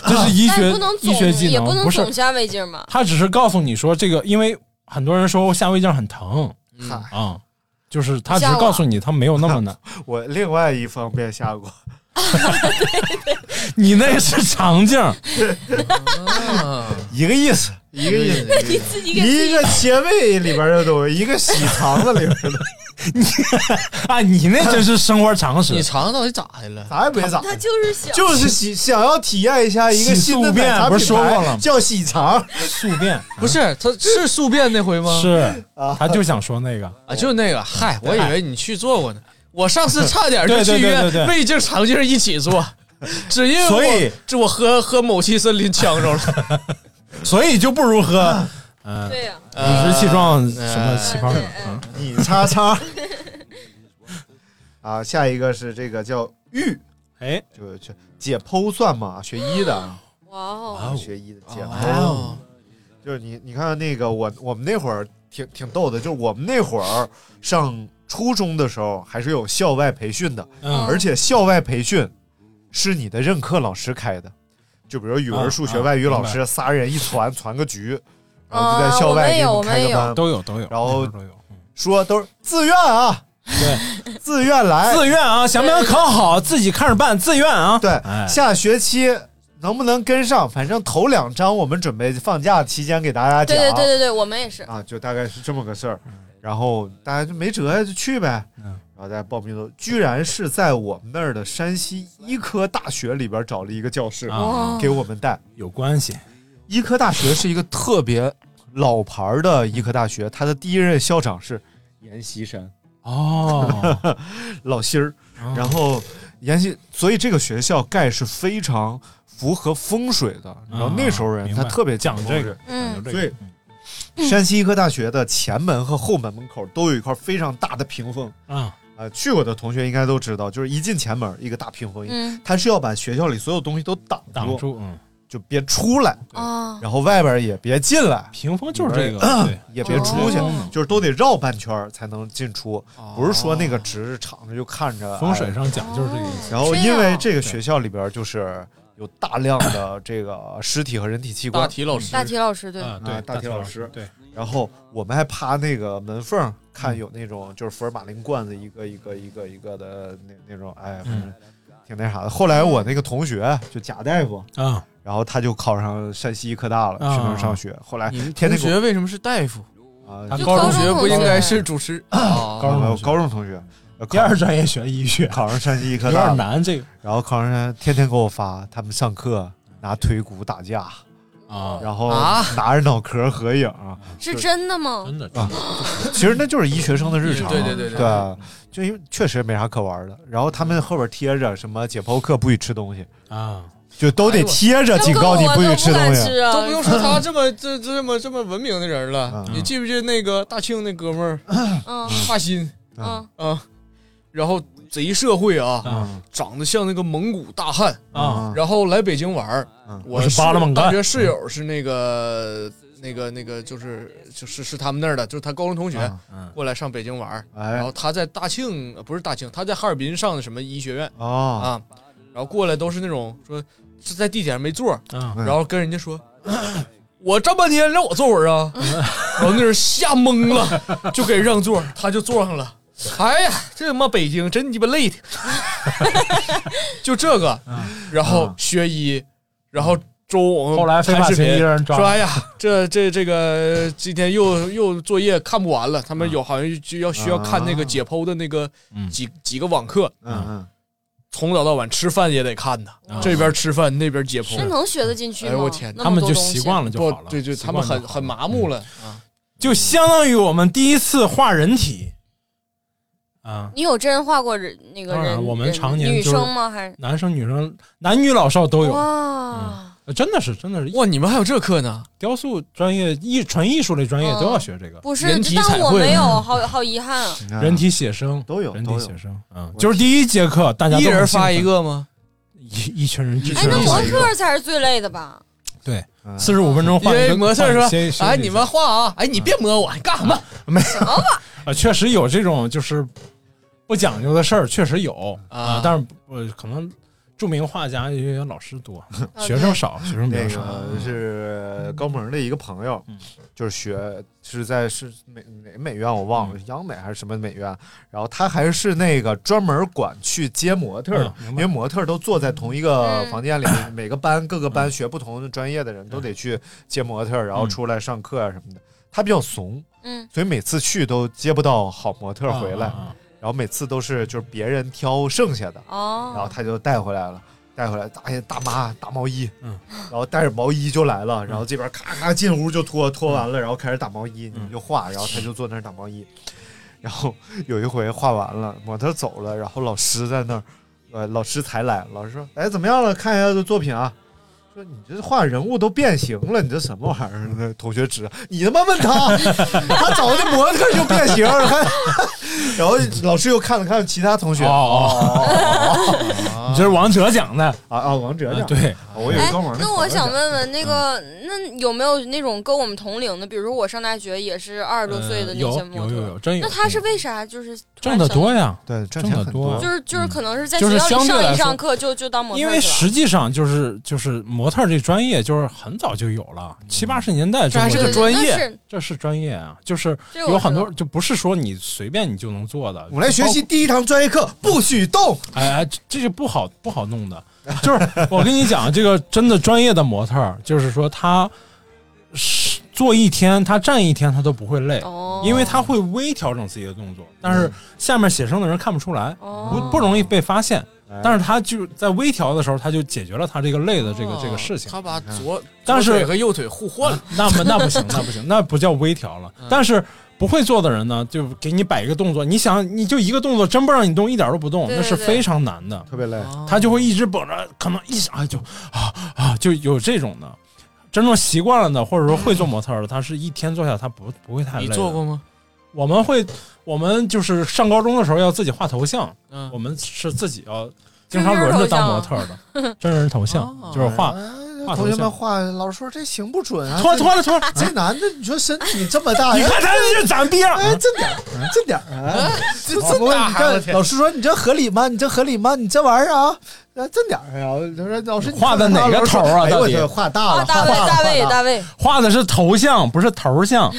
这是医
但
学
哎不能
医
总
学技
也
能
不，能
不是
总下胃镜吧？
他只是告诉你说这个，因为很多人说下胃镜很疼
嗯
啊、就是他只是告诉你他没有那么难。
我另外一方面下过，
你那是肠镜，
啊
一个意思，一个意思。
你自己给自
一
己
个切胃里边的东西，一个洗肠子里边的，
啊，你那真是生活常识
你。肠子到底咋的了？
啥也没咋，
他就是想
就是洗想要体验一下一
洗
个新的
宿便
奶茶
不是
品
说
牌
过了吗
叫洗肠。
宿便
不是，他是宿便那回吗？
是
啊，
他就想说那个，
啊，就那个，嗨，我以为你去做过呢。我上次差点 就去
对对对
约
对对
胃镜、肠镜一起做， 只因为
所
我
以
这我喝喝某期森林呛着了。
所以就不如喝嗯
对呀，
理直气壮
呃
什么气泡水
哎
啊，
你叉叉。 啊，下一个是这个叫玉，
哎，
就是去解剖算吗？学医的啊，
哇哦，
学医的解剖，
哦，
就是你你看那个我我们那会儿挺挺逗的，就是我们那会儿上初中的时候还是有校外培训的，
嗯
而且校外培训是你的任课老师开的，就比如语文、
啊
数学、
啊
外语老
明白
师仨人一传传个局，然后
啊
就在校外
我们
给你们开
有我
个
们有
班，
都有都有，
然后
那边都有。嗯
说都是自愿啊，
对，
自愿来，
自愿啊，想不想考好自己看着办，自愿啊。
哎对，
哎
下学期能不能跟上？反正头两章我们准备放假期间给大家
对
讲。
对对对对，我们也是。
啊，就大概是这么个事儿。然后大家就没辙呀，就去呗。
嗯
然后大家报名都，居然是在我们那儿的山西医科大学里边找了一个教室、
哦
啊，
给我们带。
有关系。
医科大学是一个特别老牌儿的医科大学，它的第一任校长是阎锡山
哦，
老心儿。然后延禧，所以这个学校盖是非常符合风水的。然后那时候人
啊明
他
白
特别
讲这个，
嗯，
有这个嗯
所以山西医科大学的前门和后门门口都有一块非常大的屏风
啊，
啊、去过的同学应该都知道，就是一进前门一个大屏风，
嗯
它是要把学校里所有东西都挡
挡住，嗯，
就别出来，
啊，
然后外边也别进来，
屏风就是这个
嗯
对
也别出去
哦，
就是都得绕半圈儿才能进出，不是说那个只是敞着就看着。
风水上讲究是这个意思
哎
哦
然后因为这个学校里边就是有大量的这个尸体和人体器官，
大体老师哦大体老师对
啊
对
大体
大体
老
老
师
师对。
然后我们还趴那个门缝儿看有那种就是福尔马林罐子一个一个一个一个的那那种，哎，反正挺那啥的。后来我那个同学就贾大夫
啊，
然后他就考上山西医科大了，去那儿上学。后来
你们
天天
同
给我
学为什么是大夫
啊
就
高
高
中
中学
同
不应
学
该是主持啊？
高中高中同学，呃
第二专业学医 学，
考上山西医科
有
大了
点难这个。
然后考上山天天给我发他们上课拿腿骨打架
啊，
然后
啊
拿着脑壳合影，
是真的吗？
真的
啊，其实那就是医学生的日常，啊
对对对对
对，就因为确实没啥可玩的。然后他们后边贴着什么解剖课不许吃东西
啊，
就都得贴着警告你不许吃东西。
啊
都
嗯
不用说他这 么这这么这么文明的人了。你记不记得那个大庆那哥们儿，
嗯
发心，
嗯
啊，然后贼社会啊
嗯，
长得像那个蒙古大汉
啊
然后来北京玩儿
嗯，
嗯我
我是巴勒蒙干
大学室友是那个那个那个就是就是是他们那儿的，就是他高中同学
嗯
过来上北京玩儿，
哎
然后他在大庆呃不是大庆，他在哈尔滨上的什么医学院
哦
啊，然后过来都是那种说是在地铁上没座儿，
嗯
然后跟人家说。我站半天，让我坐会儿啊！然后那人吓懵了，就给让座，他就坐上了。哎呀，这他妈北京真鸡巴累的，就这个。然后学医，然后周我
啊后来非
拍
法
视
行医
频
人抓
说：“哎呀，这这这个今天又又作业看不完了，他
啊
们有好像就要
啊
需要看那个解剖的那个
嗯
几几个网课，
嗯嗯，
从早到晚吃饭也得看呐，
啊
这边吃饭那边解剖，
这能学得进去吗？
哎我天，
那么多东西
不对对，他们很很麻木了啊。
嗯就相当于我们第一次画人体啊。
你有真画过人那个
当然，
人？
我们
人
常年
女
就是
生吗？还是
男生、女生、男女老少都有，
哇？
呃真的是，真的是。
哇，你们还有这课呢？
雕塑专业、艺纯艺术类专业
嗯
都要学这个，
不是
人，体彩
但我
绘
没有， 好好遗憾啊。
人体写生
都有，
人体写生，嗯，就是第一节课大家都
一
很
人
兴
发
奋
一个吗？
一一群人，一
哎，
群
那
人
模
画一个，
特才是最累的吧？
对，四十五分钟
因
画一
为
个
模特
画
说
先：“先
哎，
一
你
下
们画啊！哎，你别摸我，你干什么？
啊，确实有这种就是不讲究的事儿，确实有
啊
但是呃，可能著名画家因为老师多，
对
学生少，学生比较
那
少。嗯
个是高萌的一个朋友，就是学是在是美哪美院我忘了，央美还是什么美院。然后他还是那个专门管去接模特的，因为模特都坐在同一
嗯
个房间里，每个班各个班学不同的专业的人都得去接模特，然后出来上课啊什么的。他比较怂，
嗯，
所以每次去都接不到好模特回
啊
来，然后每次都是就是别人挑剩下的，
哦
然后他就带回来了。带回来大爷大妈大毛衣，然后带着毛衣就来了，然后这边咔咔进屋就脱，脱完了然后开始打毛衣，你就画，然后他就坐那儿打毛衣，然后有一回画完了，模特走了，然后老师在那儿，呃，老师才来，老师说，哎，怎么样了？看一下这作品啊。说你这画人物都变形了，你这什么玩意儿？那同学指你他妈问他，他找那模特就变形了，还 然后老师又看了看其他同学，
哦
哦，
你这是王哲讲的
啊啊，王哲
讲对，
我
哎
有高萌的
哎那我想问问
嗯
那个，那有没有那种跟我们同龄的？比如我上大学也是二十多岁的那些
呃有
模
有
特，
有有，真有
那他是为啥就是突
挣
然
的
想
多呀，
对，挣
挣的多，
就是就是可能是在
就
学
是
校
相
里
对
上
来
一上
说
课就就当模特
因为实际上就是就是模特这专业就是很早就有了，七八十年代
这还是个专业对对对那是，
这是专业啊，就是
这个我
有很多
知
就不是说你随便你就能做的。
我来学习第一堂专业课，不许动。
哎哎，这这就不好不好弄的，就是我跟你讲，这个真的专业的模特儿，就是说他是做一天，他站一天，他都不会累，
哦
因为他会微调整自己的动作，但
嗯
是下面写生的人看不出来，
哦
不不容易被发现。
哎
但是他就在微调的时候，他就解决了他这个累的这个、
哦
这个事情。
他把
嗯
左
但是
左腿和右腿互换了， 嗯
那不那不 行，那不行，那不叫微调了。但是不会做的人呢，就给你摆一个动作，你想你就一个动作，真不让你动，一点都不动，
对对
那是非常难的，
特别累。
他就会一直绷着，可能一想哎就啊啊就有这种的。真正习惯了的，或者说会做模特儿的，他是一天做下来他不不会太累。
你做过吗？
我们会，我们就是上高中的时候要自己画头像，
嗯
哦
啊
哎
我们是自己要经常轮着当模特儿的，真人头像，就是画
个同学们画，老师说这行不准啊，
脱
这
脱了 脱了
这男的，你说身体这么大，
你看他
这
这长逼样
哎哎，这点儿这点儿啊，这这点
大孩
儿
子
你看，老师说你这合理吗？你这合理吗？你这玩意儿啊，啊这点儿啊，他说老师你
画的
看
哪
看
个
老师
头啊
哎呦
到
我
底
天，画大了，
大
画
卫，
了
大卫，
画
大
大了
卫，
画的是头像，不是头像，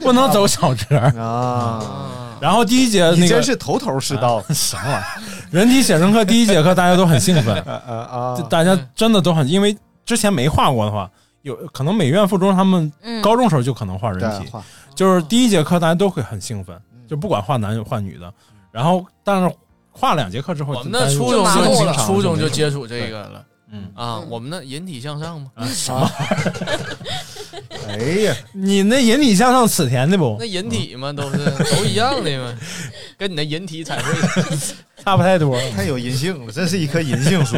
不能走小折
啊。
然后第一节那
哎你
个啊
真是啊头头是道，
什么玩意儿？人体写生课第一节课大家都很兴 奋，
啊
就大家真的都很，因为之前没画过的话，有可能美院附中他们
嗯
高中时候就可能画人
对
体，
画
哦
就是第一节课大家都会很兴奋，
嗯
就不管画男画女的，然后但是画两节课之后，
我们
大
那
家
初中
就
就
经常
初中就
没
接触这个了，
嗯
啊，我们那引体向上嘛，
什么？哎呀，你那引体向上此田的不
那？引体嘛都是都一样的嘛，跟你那引体彩绘
差不太多了。
太有银杏了，这是一棵银杏树。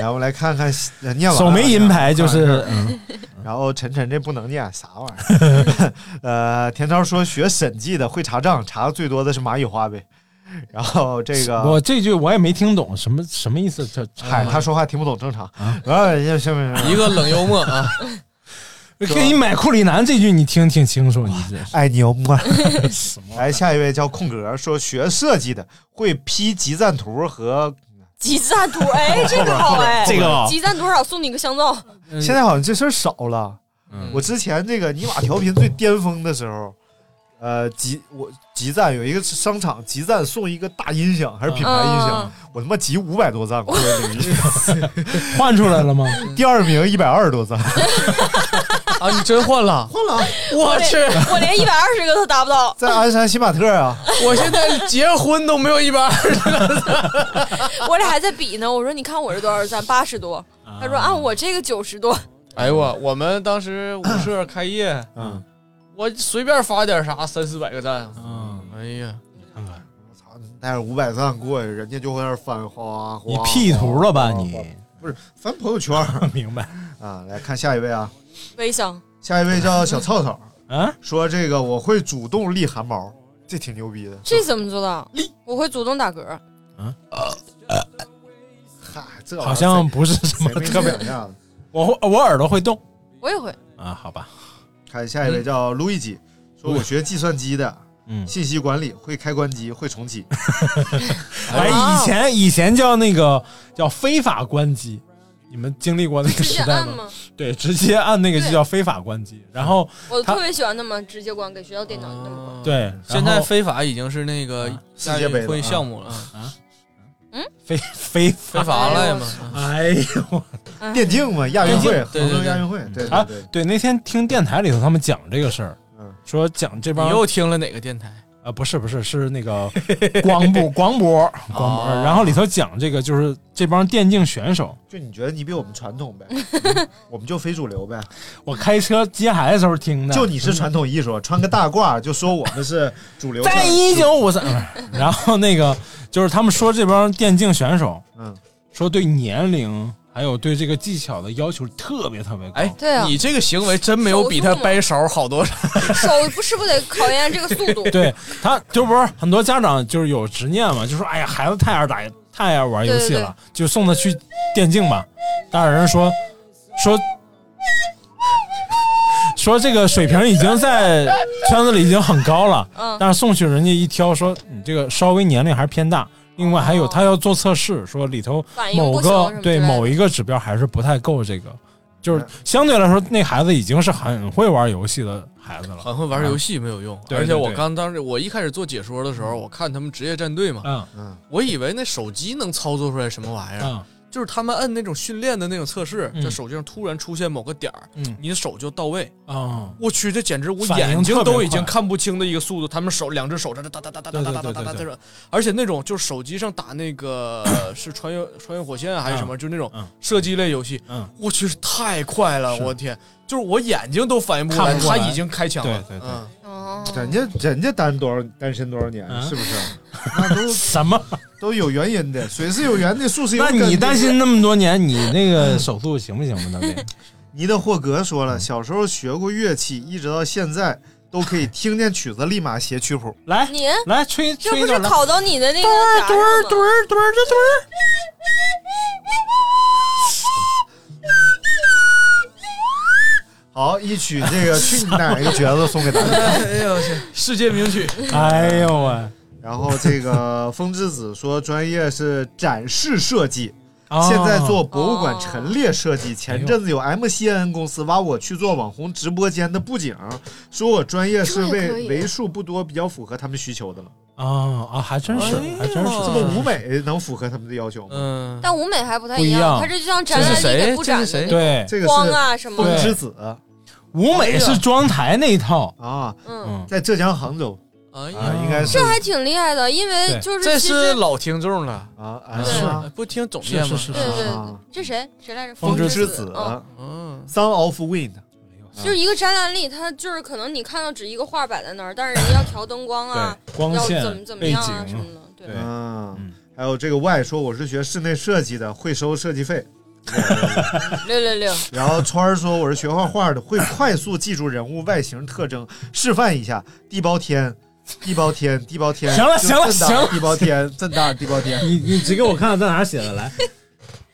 然后我们来看看呃念完了啊
手没银牌就是嗯
然后晨晨这不能念啥玩意 儿？呃，田超说学审计的会查账，查的最多的是蚂蚁花呗。然后这个
我这句我也没听懂，什么什么意思？这
嗨，他说话听不懂正常。啊，下下面
一个冷幽 默啊，
给你买库里南这句你听挺清楚，你这是
爱你哦 么。来，下一位叫空格，说学设计的会 P 集赞图和
集赞图，哎，这 个好哎，
这个啊
集赞多少送你个 香皂，
现在好像这事儿少了。我之前这个尼玛调频最巅峰的时候，呃，集我集赞有一个商场集赞送一个大音响还是品牌音响
嗯，
我他妈集五百多赞，各位领 域
换出来了吗？
第二名一百二十多赞，
啊，你真换了，
换了，
我去，
连我连一百二十个都达 不到，
在鞍山新玛特 啊，
我现在结婚都没有一百二十
我俩还在比呢。我说你看我这多少赞，八十多，他说啊我这个九十多，
哎呦我，我们当时舞社开业，
嗯，
我随便发点啥三四百个赞，
嗯，
哎呀，
带着五百赞过去，人家就会那儿翻哗哗。
你 P 图了吧你？
不是翻朋友圈儿
明白？
啊？来看下一位啊，
微商
下一位叫小操操，
啊，
说这个我会主动立汗毛，这挺牛逼的。
这怎么做到？我会主动打嗝，
嗨，这玩意儿
好像不是什么
谁没
特别
想。象的。
我会我耳朵会动
我也会。
啊，好吧，
看下一位叫路易吉，说我学计算机的，
嗯，
信息管理会开关机，会重启。
哎，
哦
哦
以前以前叫那个叫非法关机，你们经历过那个
直接
时代
按
吗？
吗？
对，直接按那个就叫非法关机，然后
我
他
特别喜欢那么直接关，给学校电脑那么关。
对，然后
嗯现在 非法已经是那个
世界杯了
亚运会项目了，啊
非非
非啊法
法，
了嘛，
哎呦
电竞嘛，亚运会，
电竞对
杭州
对对
亚运会，对对
啊
对，，
对，那天听电台里头他们讲这个事儿
嗯，
说讲这帮
你又听了哪个电台？
啊，不是不是，是那个广 播广播
哦
广播，然后里头讲这个就是这帮电竞选手，
就你觉得你比我们传统呗， 我们就非主流呗，
我开车接孩子的时候听的，
就你是传统艺术，穿个大褂就说我们是主流。
在一九五三， 然后那个就是他们说这帮电竞选手
嗯，
说对年龄还有对这个技巧的要求特别特别高，
哎，
对啊
你这个行为真没有比他掰勺好多少。
手不是不得考验这个速度？
对他就不是很多家长就是有执念嘛，就说哎呀孩子太爱打太爱玩游戏了，就送他去电竞吧。但是人说说说这个水平已经在圈子里已经很高了，
嗯
但是送去人家一挑说你这个稍微年龄还是偏大。另外还有，他要做测试，说里头
哦反应
某
不行
个
什么之
对
类的
某一个指标还是不太够，这个就是相对来说，那孩子已经是很会玩游戏的孩子了。
很会玩游戏没有用，
对
而且
对
我
对
刚当时我一开始做解说的时候，我看他们职业战队嘛，
嗯
我以为那手机能操作出来什么玩意儿，
嗯
就是他们摁那种训练的那种测试，
嗯
在手机上突然出现某个点儿，
嗯
你的手就到位。
嗯，
我去，这简直我
反应
眼睛
特别
都
快
已经看不清的一个速度，他们手两只手在这哒哒哒哒哒哒哒哒哒哒
对对对对对
哒，而且那种就是手机上打那个是穿越穿越火线啊还是什么，就那种
嗯
射击类游戏，
嗯，
我去太快哎了，
是
我天，就是我眼睛都反应不过来，
看不过
他
来
已经开枪了，
对对对
嗯
哦，
人家人家单多少单身多少年，
嗯
是不是？那都
什么？
都有原因的，水是有源的，树是有
那
根的。
你担心那么多年，你那个手速行不行吧？大卫，
尼德霍格说了，小时候学过乐器，一直到现在都可以听见曲子立马写曲谱。
来
你
来吹
这
吹
不
一
是
段来，啊
考到你的那个啥
墩儿
上
墩
吗？
儿墩儿这墩儿，
好，一曲这 个去你哪儿的角色送给大家。
哎呦我去，世界名曲，
哎呦喂！ 然后这个风之子说，专业是展示设计，
哦
现在做博物馆陈列设计。前阵子有 MCN 公司挖我去做网红直播间的布景，说我专业是
这也可
啊
为
以
为数不多比较符合他们需求的了。
啊啊，还真是，还真是
这么舞美能符合他们的要求吗？
嗯，
但舞美还不太
不
一
一
样，
样
它这就像展览里
哎
给布展的那种
对，
这个是
光啊什么的
风之子
舞美是妆台那一套
啊，
嗯，
在浙江杭州
啊，
应该是
这还挺厉害的，因为就是
这
其
是
实
老听众了
啊
啊
是
吗不听总念吗？
是是
对对
啊，
这谁谁来着？
风
之
之
子
子，
嗯，
嗯，Son of Wind，
就是一个展览里，它就是可能你看到只一个画摆在那儿，但是人家要调灯光啊，
对光
要
线
怎么怎么
背
样啊
景
什么的，对。
嗯，还有这个 Y 说我是学室内设计的，会收设计费。
六六六，
然后川儿说我是学画画的，会快速记住人物外形特征，示范一下地包天。地包天， 地包天，
行了
就
行了
正大
行了
地包天， 正大地包天，
你你指给我看看在哪儿写的来，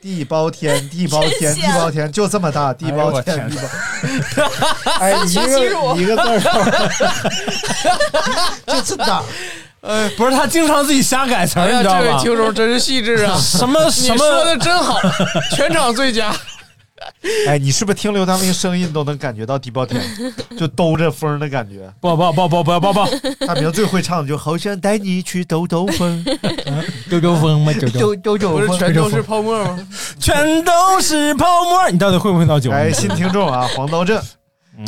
地包天，地包天，
真
地
香
包天，就这么大，地
哎呦
包
我
天，
天
地包。哎，一个一个字儿，这是哪？
呃， 不是他经常自己瞎改词儿，
哎
你
呀，
知道
这位
吗？
听众真是细致啊！
什么什么
你说的真好，全场最佳。
哎，你是不是听刘大明声音都能感觉到地包天，就兜着风的感觉？
不不不不不 不不，
大明最会唱的就好想带你去兜兜风，
兜兜风吗？兜 兜
兜兜
不是全都是泡沫吗？
全都是泡沫，你到底会不会倒酒？嗯
哎，新听众啊，黄刀镇。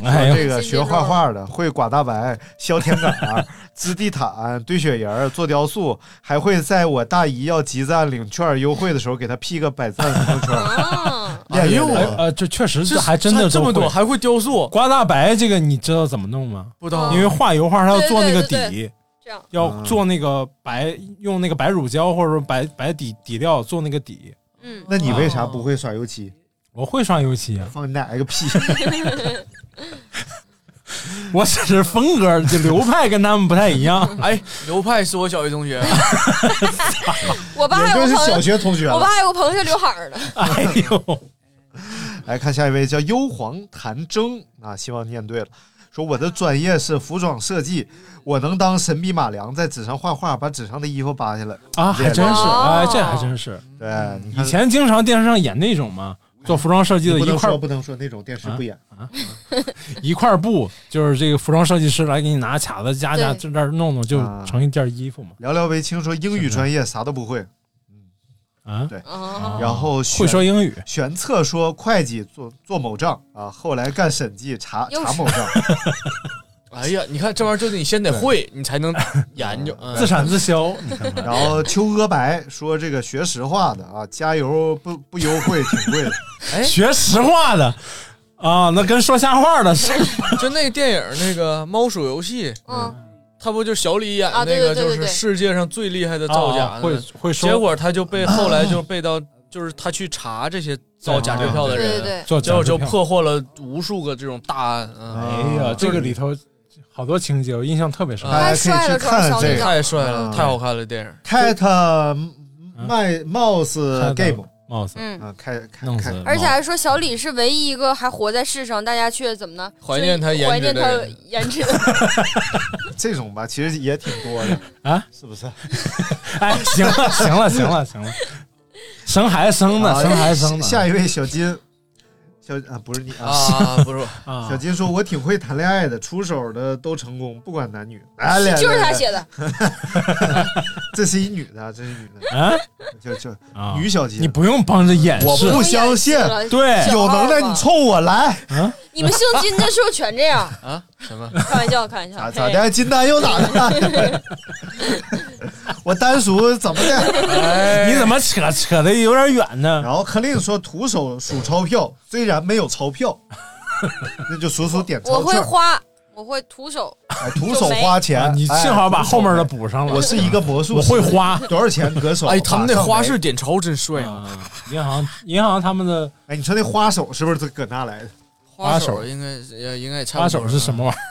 哎呦
说这个学画画的会刮大白、削甜杆儿、织地毯、堆雪人儿、做雕塑，还会在我大姨要集赞领券儿优惠的时候给她 P 个百赞朋友 圈
啊
儿。
哎
练
呦，
练练
呃，这确实这还真的
这么多还会雕塑。
刮大白这个你知道怎么弄吗？
不知道
因为画油画它要做那个
对对对
底，
这样
要做那个白，用那个白乳胶或者说白白底底料做那个底。
嗯
那你
啊
为啥不会刷油漆？
我会刷油漆啊，
放你奶奶 个屁！
我只是风格就流派跟他们不太一样。
哎，流派是我小学同学，
我爸还有
也就
个
是
朋友，
小学同学了
我爸还有个朋友叫刘海儿呢。
哎呦，
来看下一位叫幽皇谭征啊，希望念对了。说我的专业是服装设计，我能当神笔马良，在纸上画画，把纸上的衣服扒下来
啊，还真是，哎，这还真是。
对，你
嗯以
看
前经常电视上演那种嘛，做服装设计的
哎你
一
不能
块
说不能说那种电视不演
啊，一块布，就是这个服装设计师来给你拿卡子夹夹，
对
这这儿弄弄就
啊
成一件衣服嘛。
聊聊为清说英语专业啥都不会，
啊，
对，然后选
会说英语，
玄策说会计做做某账啊，后来干审计查
又
查
是
某账，
哎呀，你看这玩意儿，就得你先得会，你才能研究。嗯
自产自 销。
然后秋鹅白说这个学实话的啊，加油不不优惠挺贵的，
学实话的啊，那跟说瞎话的是
就那个电影那个《猫鼠游戏》，嗯，他不就是小李演
啊
的
对
那
对
个，
对
就
对对
是世界上最厉害的造假
啊
的，
会会说
结果他就被后来就被到，就是他去查这些造假支票的
对对
人
对，做假
结
支票
果就破获了无数个这种大案。
哎
嗯
呀，这
就
个
是
里头好多情节，我印象特别深。
大家可以去看看这个，
太帅了，
嗯
太好看了，电影。
Cat My Mouse Game
帽子
嗯
啊，开开
弄
开，
而且还说小李是唯一一个还活在世上，大家却怎么呢？
怀念他
就是
颜
怀
值
念
的
他
人
颜值的。
这种吧，其实也挺多的
啊，
是不是？
哎， 行了，行了，行了，行了，生孩子生的，
啊
生孩子生的。
下下一位小金，小啊不是你
啊不是我
小金说：“我挺会谈恋爱的，出手的都成功，不管男女。”哎，来
啊就是他写，
来来
的，
这是一女的，这是一女的
啊，
就就
啊
女小金，
你不用帮着掩饰，
我不相信
不用掩饰了，
对，
小
有
号
能耐你冲我来
啊！
你们姓金的是不是全这样？
啊，什么？
开玩笑，开玩笑。
啊咋的？金丹又 咋的？我单数怎么的？
你怎么扯扯的有点远呢？
然后克林说：“徒手数钞票，虽然没有钞 票，那就数数点
我
钞
会
票，
花，我会徒手。
哎徒手花钱。
啊
哎
你幸好把后面的补上了。
我是一个魔术
我
师，
会花
多少钱得手？
哎，他们
马
那
上
花
来
式点钞真帅啊！
银行银行他们的
哎，你说那花手是不是搁那来的？
花手应该也应该也差不多。
花手是什么玩意儿？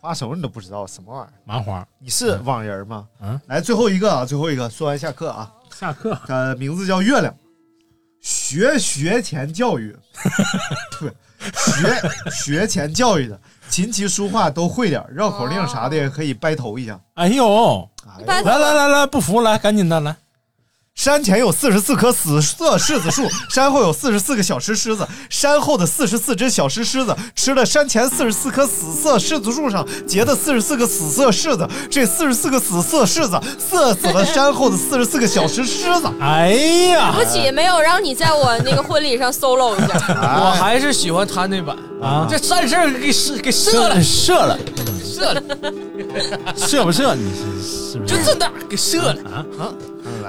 花手你都不知道什么玩意儿？
麻花。
你是网人吗？
嗯，
来最后一个啊，最后一个，说完下课啊。
下课。
呃，名字叫月亮，学学前教育， 对，学学前教育的，琴棋书画都会点儿，绕口令啥的也可以掰头一下。
哎呦，来来来来，不服来，赶紧的来。
山前有四十四棵死色柿子树，山后有四十四个小石狮子。山后的四十四只小石狮子吃了山前四十四棵死色柿子树上结的四十四个死色柿子。这四十四个死色柿子射死了山后的四十四个小石狮子。
哎呀
对不起，没有让你在我那个婚礼上 solo 一下。
哎
我还是喜欢他那版
啊
这战事儿给射给射了，
射了，
射了，
射不射？你是是不？
就是这点儿给射了啊啊！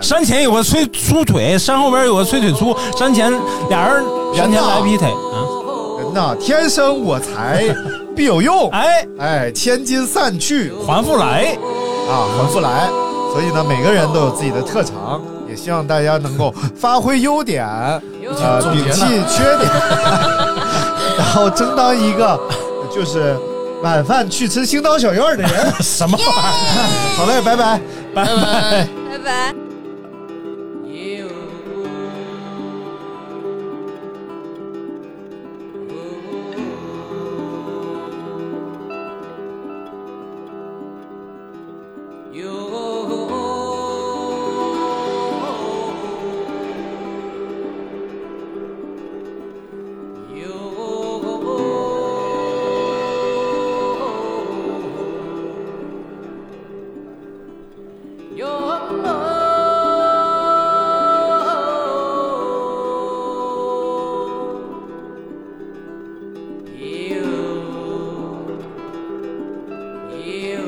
山前有个催粗腿，山后边有个催腿粗，山前俩人山前来劈腿啊！
人呐，天生我材必有用。
哎
哎，千金散去
还复来
啊，还复来。所以呢，每个人都有自己的特长，也希望大家能够发挥优点，呃，
总
摒
结呢
弃缺点， 然后争当一个呃就是晚饭去吃星岛小院的人。
什么玩意
儿？好嘞，拜拜，
拜拜。
拜拜。
You.